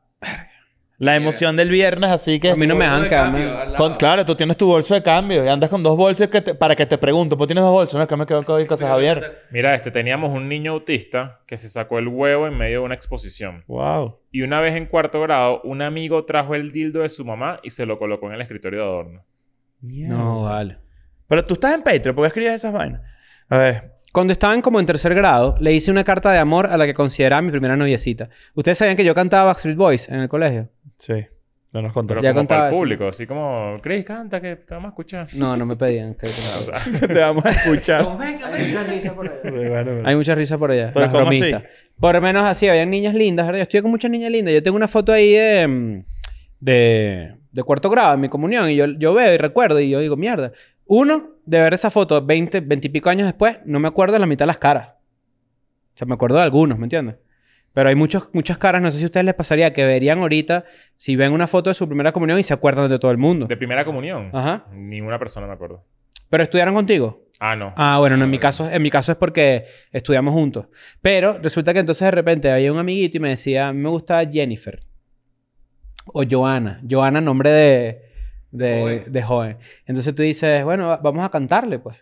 La emoción del viernes, así que. A mí no me dejan quedarme. Con- claro, tú tienes tu bolso de cambio y andas con dos bolsos que te- para que te pregunten. ¿Por qué tienes dos bolsos? No, es que me quedo con casa Javier. Mira, este, teníamos un niño autista que se sacó el huevo en medio de una exposición. Wow. Y una vez en cuarto grado, un amigo trajo el dildo de su mamá y se lo colocó en el escritorio de adorno. No, vale. Pero tú estás en Patreon, ¿por qué escribes esas vainas? A ver. Cuando estaban como en tercer grado, le hice una carta de amor a la que consideraba mi primera noviecita. ¿Ustedes sabían que yo cantaba Backstreet Boys en el colegio? Sí. No nos Pero contaron. Ya como contaba para el eso, público, así como, Chris, canta que te vamos a escuchar. [LAUGHS] No, no me pedían. que- O [LAUGHS] sea, Te vamos [LAUGHS] a escuchar. Venga, venga, venga. Sí, bueno, bueno. Hay mucha risa por allá. Pero las ¿cómo bromistas. así? Por lo menos así, habían niñas lindas, ¿verdad? Yo estoy con muchas niñas lindas. Yo tengo una foto ahí de. mm, de, de cuarto grado en mi comunión y yo, yo veo y recuerdo y yo digo, mierda. Uno, de ver esa foto 20, 20 y pico años después, no me acuerdo de la mitad de las caras. O sea, me acuerdo de algunos, ¿me entiendes? Pero hay muchos, muchas caras, no sé si a ustedes les pasaría, que verían ahorita si ven una foto de su primera comunión y se acuerdan de todo el mundo. de primera comunión. Ajá. Ninguna persona me acuerdo. Pero estudiaron contigo. Ah, no. Ah, bueno, no, en mi Ah, caso, en mi caso es porque estudiamos juntos. Pero resulta que entonces de repente había un amiguito y me decía, a mí me gusta Jennifer. O Joana. Joana, nombre de, de, Joven. de joven. Entonces tú dices, bueno, va- vamos a cantarle, pues.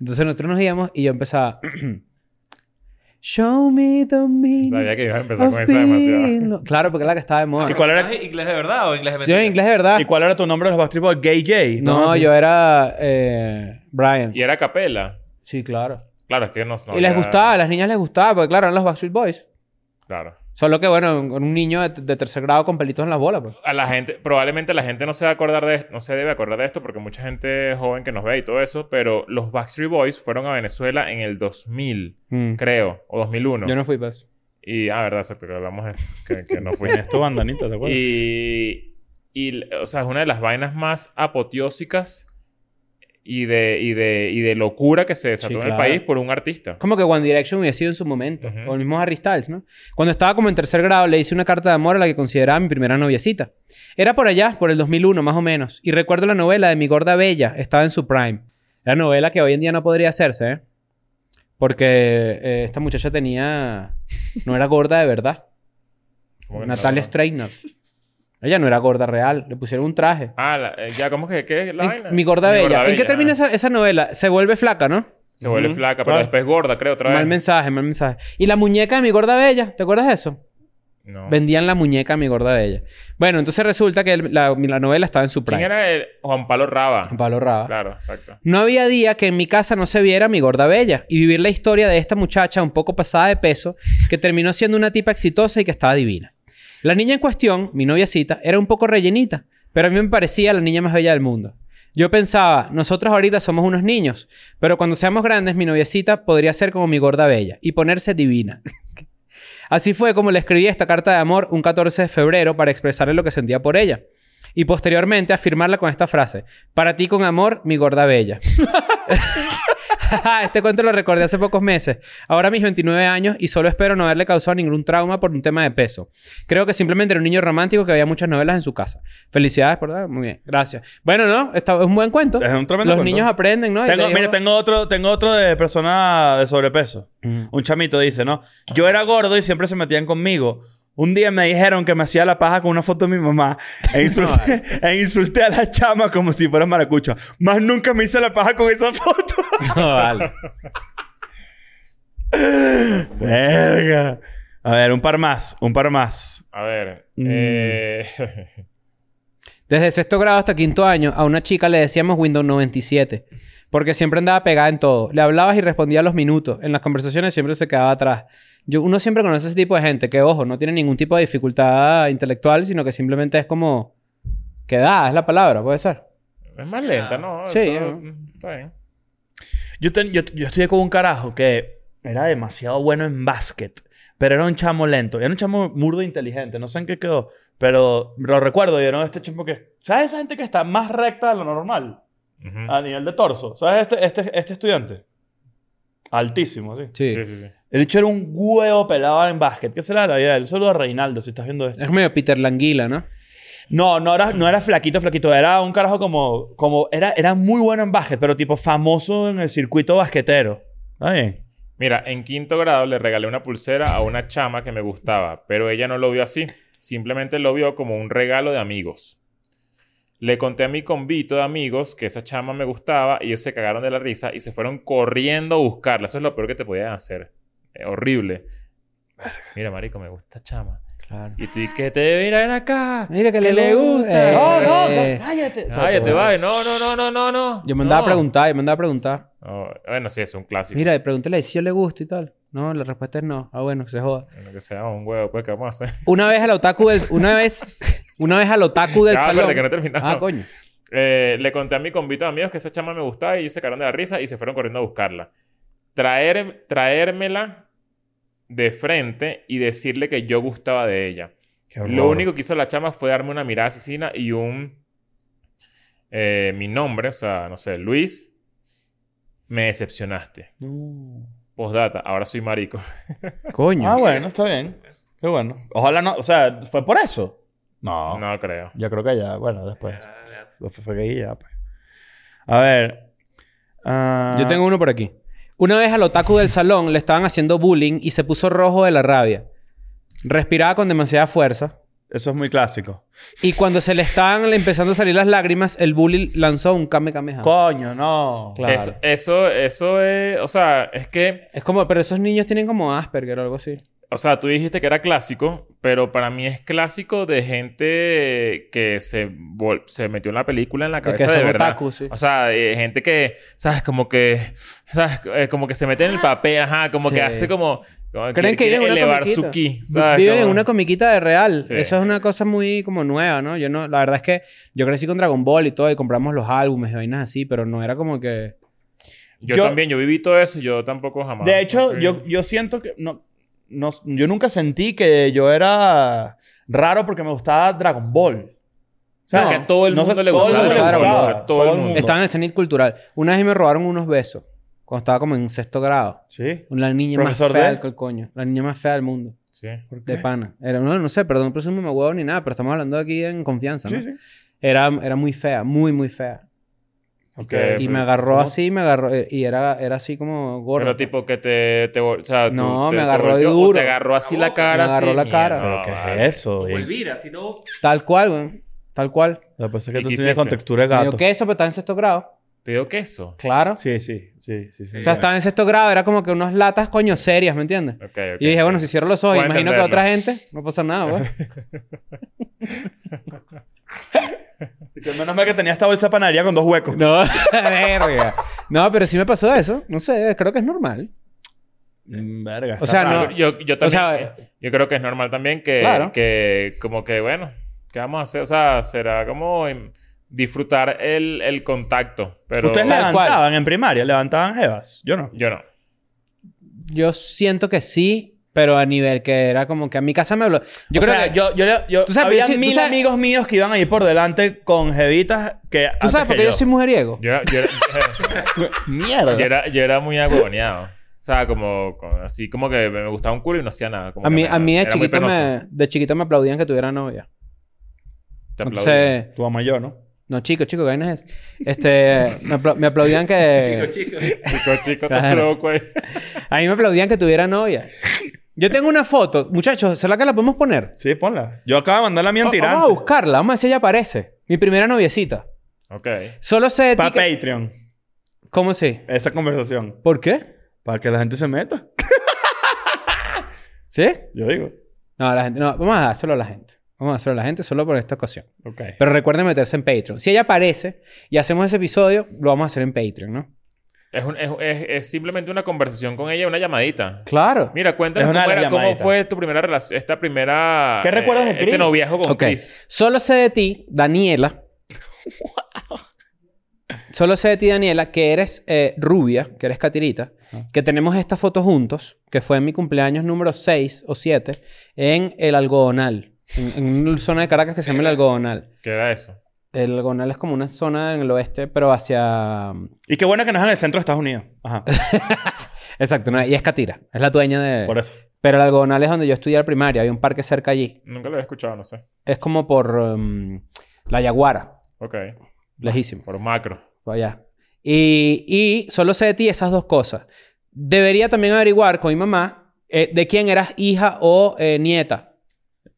Entonces nosotros nos íbamos y yo empezaba... [CLEARS THROAT] Show me the meaning Sabía que iba a empezar of con esa being demasiado. lo-". Claro, porque es la que estaba de moda. [LAUGHS] ¿Y cuál era- ¿Estás inglés de verdad o inglés de Sí, en inglés de verdad. ¿Y cuál era tu nombre de los Backstreet Boys? Gay Jay. No, Así. yo era eh, Brian. Y era capela. Sí, claro. Claro, es que no... no y les ya- gustaba, a las niñas les gustaba, porque claro, eran los Backstreet Boys. Claro. Solo que, bueno, un un niño de, de tercer grado con pelitos en las bolas, pues. A la gente... Probablemente la gente no se va a acordar de... No se debe acordar de esto porque mucha gente joven que nos ve y todo eso. Pero los Backstreet Boys fueron a Venezuela en el 2000, Mm. creo. O 2001. Yo no fui, pues. Y... Ah, verdad, exacto. Que hablamos de... Que, que no [LAUGHS] fui. Tenías tu bandanita, ¿te acuerdas? Y, y, o sea, es una de las vainas más apoteósicas y de, y de, y de locura que se desató Sí, en claro. el país por un artista. Como que One Direction hubiera sido en su momento. Ujú. O el mismo Harry Styles, ¿no? Cuando estaba como en tercer grado, le hice una carta de amor a la que consideraba mi primera noviecita. Era por allá, por el 2001, más o menos. Y recuerdo la novela de Mi Gorda Bella. Estaba en su prime. La novela que hoy en día no podría hacerse, ¿eh? Porque eh, esta muchacha tenía... No era gorda de verdad. ¿Cómo que no? Natalia Streiner. Ella no era gorda real. Le pusieron un traje. Ah, la- eh, ya, ¿cómo que qué es la En- vaina? mi gorda bella. ¿En qué Bella, termina ah. esa, esa novela? Se vuelve flaca, ¿no? Se vuelve Ujú, flaca, pero claro. después gorda, creo, otra vez. Mal mensaje, mal mensaje. Y la muñeca de mi gorda bella. ¿Te acuerdas de eso? No. Vendían la muñeca a mi gorda bella. Bueno, entonces resulta que el- la, la novela estaba en su prime. ¿Quién era el Juan Pablo Raba? Pablo Raba. Claro, exacto. No había día que en mi casa no se viera mi gorda bella y vivir la historia de esta muchacha un poco pasada de peso que terminó siendo una tipa exitosa y que estaba divina. La niña en cuestión, mi noviacita, era un poco rellenita, pero a mí me parecía la niña más bella del mundo. Yo pensaba, nosotros ahorita somos unos niños, pero cuando seamos grandes mi noviacita podría ser como mi gorda bella y ponerse divina. [LAUGHS] Así fue como le escribí esta carta de amor un 14 de febrero para expresarle lo que sentía por ella. Y posteriormente afirmarla con esta frase. Para ti con amor, mi gorda bella. [LAUGHS] este cuento lo recordé hace pocos meses. Ahora mis 29 años y solo espero no haberle causado ningún trauma por un tema de peso. Creo que simplemente era un niño romántico que había muchas novelas en su casa. Felicidades, ¿verdad? Muy bien. Gracias. Bueno, ¿no? Está, es un buen cuento. Es un tremendo Los cuento. niños aprenden, ¿no? Y pues, Tengo, te digo- mira, tengo otro, tengo otro de persona de sobrepeso. Mm. Un chamito dice, ¿no? Yo era gordo y siempre se metían conmigo. Un día me dijeron que me hacía la paja con una foto de mi mamá e insulté, e insulté a la chama como si fuera maracucha. Más nunca me hice la paja con esa foto. No, vale. Verga. A ver, un par más, un par más. A ver. Mm. eh, [LAUGHS] Desde sexto grado hasta quinto año, a una chica le decíamos Windows 97. Porque siempre andaba pegada en todo. Le hablabas y respondía a los minutos. En las conversaciones siempre se quedaba atrás. Yo, uno siempre conoce ese tipo de gente que, ojo, no tiene ningún tipo de dificultad intelectual, sino que simplemente es como... Que da, es la palabra, puede ser. es más lenta, ¿no? Sí, Eso- ¿no? mm, Está bien. Yo, ten- yo, yo estudié con un carajo que era demasiado bueno en básquet, pero era un chamo lento. Era un chamo murdo inteligente, no sé en qué quedó, pero lo recuerdo. Yo no, este chamo que. ¿Sabes esa gente que está más recta de lo normal? Ujú. Ah, A nivel de torso. ¿Sabes este, este, este estudiante? Altísimo, así. Sí. Sí, sí, sí. El hecho era un huevo pelado en básquet. ¿Qué será la vida de él? Solo a Reinaldo, si estás viendo esto. Es medio Peter Languila, ¿no? No, no era, no era flaquito, flaquito. Era un carajo como... como era, era muy bueno en básquet, pero tipo famoso en el circuito basquetero. Está bien. Mira, en quinto grado le regalé una pulsera a una chama que me gustaba, pero ella no lo vio así. Simplemente lo vio como un regalo de amigos. Le conté a mi convito de amigos que esa chama me gustaba y ellos se cagaron de la risa y se fueron corriendo a buscarla. Eso es lo peor que te podían hacer. Eh, horrible. Mira, marico, me gusta chama. Claro. Y tú, ¿y qué te mira ven acá? Mira que ¿Qué le, gusta. ¡No, ¡Oh, no! Eh, no ¡Cállate! Ay, te va. No, no, no, no, no, no. Yo me andaba No. a preguntar, yo me andaba a preguntar. Oh, bueno, sí, es un clásico. Mira, y pregúntale si yo le gusto y tal. No, la respuesta es no. Ah, bueno, que se joda. Bueno, que sea un huevo, pues, ¿qué vamos a hacer? Una vez al otaku del... Una vez... Una vez al otaku del Ya, espérate, salón. que no he terminado. Ah, coño. Eh, le conté a mi convito de amigos que esa chama me gustaba y ellos se cagaron de la risa y se fueron corriendo a buscarla. Traer, traérmela de frente y decirle que yo gustaba de ella. Lo único que hizo la chama fue darme una mirada asesina y un... eh, mi nombre, o sea, no sé, Luis, me decepcionaste. Postdata, ahora soy marico. Coño. Ah, bueno, está bien. Qué bueno. Ojalá no... O sea, ¿fue por eso? No. No creo. Yo creo que ya... Bueno, después. Ah, Lo fue, fue que ahí ya, pues. A ver... ah, Yo tengo uno por aquí. Una vez al otaku del salón le estaban haciendo bullying y se puso rojo de la rabia. Respiraba con demasiada fuerza. Eso es muy clásico. Y cuando se le estaban le- empezando a salir las lágrimas, el bully lanzó un kame Ah. kameha. Coño, no. Claro. Eso, eso, eso es... O sea, es que... Es como, pero esos niños tienen como Asperger o algo así. O sea, tú dijiste que era clásico, pero para mí es clásico de gente que se, vol- se metió en la película en la De que cabeza de, son verdad. otaku, sí. O sea, eh, gente que, ¿sabes? Como que, ¿sabes? Eh, como que se mete en Ah. el papel, ajá, como Sí. que hace como. como que Creen que quiere viven en una elevar comiquita. su ki, ¿sabes? Viven en Como- una comiquita de real. Sí. Eso es una cosa muy como nueva, ¿no? Yo no... La verdad es que yo crecí con Dragon Ball y todo y compramos los álbumes y vainas así, pero no era como que... Yo, Yo- también, yo viví todo eso, yo tampoco jamás. De hecho, Sí. yo, yo siento que. No, no- yo nunca sentí que yo era raro porque me gustaba Dragon Ball. O No, que a todo el mundo le todo el gustaba mundo le Dragon Ball. gustaba, A todo el mundo. Estaba en el cenit cultural. Una vez me robaron unos besos. Cuando estaba como en sexto grado. Sí. La niña Profesor más fea de- del col- coño. La niña más fea del mundo. Sí. De pana. Era, no, no sé, perdón, presumo me huevo ni nada, pero estamos hablando aquí en confianza, ¿no? Sí, sí. Era, era muy fea, muy, muy fea. Ok. que- Y pero- me agarró ¿cómo? así, me agarró. eh, Y era, era así como gordo. Pero tipo que te... te vol- o sea, tú- No, te- me te agarró volteó o duro. Te agarró así la Me cara. agarró así, la cara. mierda, ¿Pero qué Ah, vale. es eso? Como güey? Elvira, si no. Tal cual, güey. Tal cual. Lo que pasa es que ¿Y tú qué tienes hiciste? contextura de Me dio gato. queso, pero estaba en sexto grado. Te dio queso. Claro. Sí, sí, sí, sí. sí. O sea, eh. estaba en sexto grado, era como que unas latas coño serias, ¿me entiendes? Ok, ok. Y dije, bueno, si cierro los ojos, Puedo imagino que entenderlo. otra gente, no pasa nada, pues. güey. [LAUGHS] Y que menos mal que tenía esta bolsa panadería con dos huecos. No, [LAUGHS] verga. No, pero sí me pasó eso. No sé, creo que es normal. Mm, Verga. O sea, raro. no- Ah, Yo, yo también... O sea, yo creo que es normal también que... Claro. Que como que, bueno, ¿qué vamos a hacer? O sea, será como em, disfrutar el, el contacto. Pero ¿Ustedes Tal cual. levantaban en primaria? ¿Levantaban jevas? Yo no. yo no. Yo siento que sí, pero a nivel que era como que a mi casa me habló. Yo Yo creo sea, que. yo, yo, le- yo- Tú sabes, había yo sí- tú mil sabes- amigos míos que iban a ir por delante con jevitas que ¿Tú sabes por qué yo. soy mujeriego? Yo, era- yo era- [LAUGHS] Mierda. yo era, yo era muy agoneado. O sea, como, como así, como que me gustaba un culo y no hacía nada. como A que mí, me- a mí de, era muy chiquito penoso. me, de chiquito me aplaudían que tuviera novia. Te aplaudí. Entonces, Tu mamá y yo, ¿no? no, chico, chico, ¿qué vaina es? esa? Este, me, apla- me aplaudían Chico, que. [LAUGHS] [LAUGHS] chico. Chico, chico, pues. estás Claro. loco ahí. A mí me aplaudían que tuviera novia. Yo tengo una foto, muchachos, ¿será que la podemos poner? Sí, ponla. Yo acabo de mandar la mía en Va- tirante. Vamos a buscarla, vamos a ver si ella aparece. Mi primera noviecita. Ok. Solo sé. de ti Para que- Patreon. ¿Cómo sí? Esa conversación. ¿Por qué? Para que la gente se meta. ¿Sí? Yo digo. No, la gente, no, vamos a dárselo a la gente. Vamos a dárselo a la gente solo por esta ocasión. Ok. Pero recuerden meterse en Patreon. Si ella aparece y hacemos ese episodio, lo vamos a hacer en Patreon, ¿no? Es, un- es, es- es simplemente una conversación con ella, una llamadita. Claro. Mira, cuéntanos Es una cómo, era- cómo llamadita. fue tu primera relación, esta primera... ¿Qué recuerdas de Chris? Este noviazgo con ok. Chris. Solo sé de ti, Daniela. Solo sé de ti, Daniela, que eres eh, rubia, que eres catirita, Ajá. que tenemos esta foto juntos, que fue en mi cumpleaños número 6 o 7, en el algodonal, en, en una zona de Caracas que se llama el algodonal. ¿Qué era eso? El algodonal es como una zona en el oeste, pero hacia... Y qué bueno que no es en el centro de Estados Unidos. [LAUGHS] Ajá. Exacto, no, y es catira, es la dueña de... Por e- eso. Pero el algodonal es donde yo estudié la primaria. Hay un parque cerca allí. Nunca lo había escuchado, no sé. Es como por em, la Yaguara. Ok. Lejísimo. Por macro. por allá. Pues Y, y solo sé de ti esas dos cosas. Debería también averiguar con mi mamá eh, de quién eras hija o eh, nieta.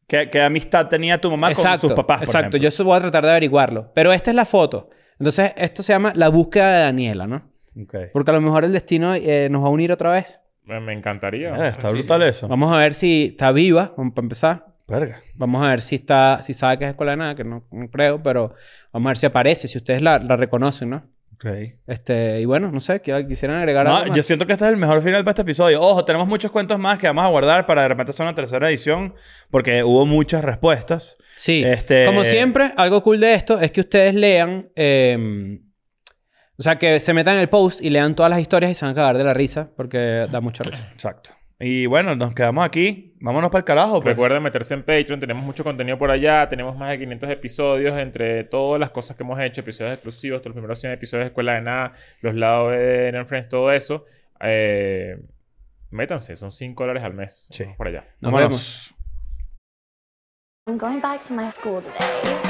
¿Qué, qué amistad tenía tu mamá con sus papás, por exacto. ejemplo? Yo eso voy a tratar de averiguarlo. Pero esta es la foto. Entonces, esto se llama la búsqueda de Daniela, ¿no? Ok. Porque a lo mejor el destino eh, nos va a unir otra vez. Me, me encantaría. Mira, Eh, está brutal eso. Vamos a ver si está viva, vamos para empezar. Verga. Vamos a ver si está, si sabe que es escuela de nada, que no, no creo, pero vamos a ver si aparece, si ustedes la, la reconocen, ¿no? Ok. Este, y bueno, no sé, ¿qu- quisieran agregar No, algo más? yo siento que este es el mejor final para este episodio. Ojo, tenemos muchos cuentos más que vamos a guardar para de repente hacer una tercera edición porque hubo muchas respuestas. Sí. Este- Como siempre, algo cool de esto es que ustedes lean, eh, o sea, que se metan en el post y lean todas las historias y se van a cagar de la risa, porque da mucha risa. Exacto. Y bueno, nos quedamos aquí. Vámonos para el carajo. pues. Recuerden meterse en Patreon, tenemos mucho contenido por allá, tenemos más de 500 episodios entre todas las cosas que hemos hecho, episodios exclusivos, todos los primeros 100 episodios de Escuela de Nada, los lados de Nerd Friends, todo eso. Eh, métanse, son 5 dólares al mes. Sí. Vamos por allá. Nos Vámonos. vemos. I'm going back to my school today.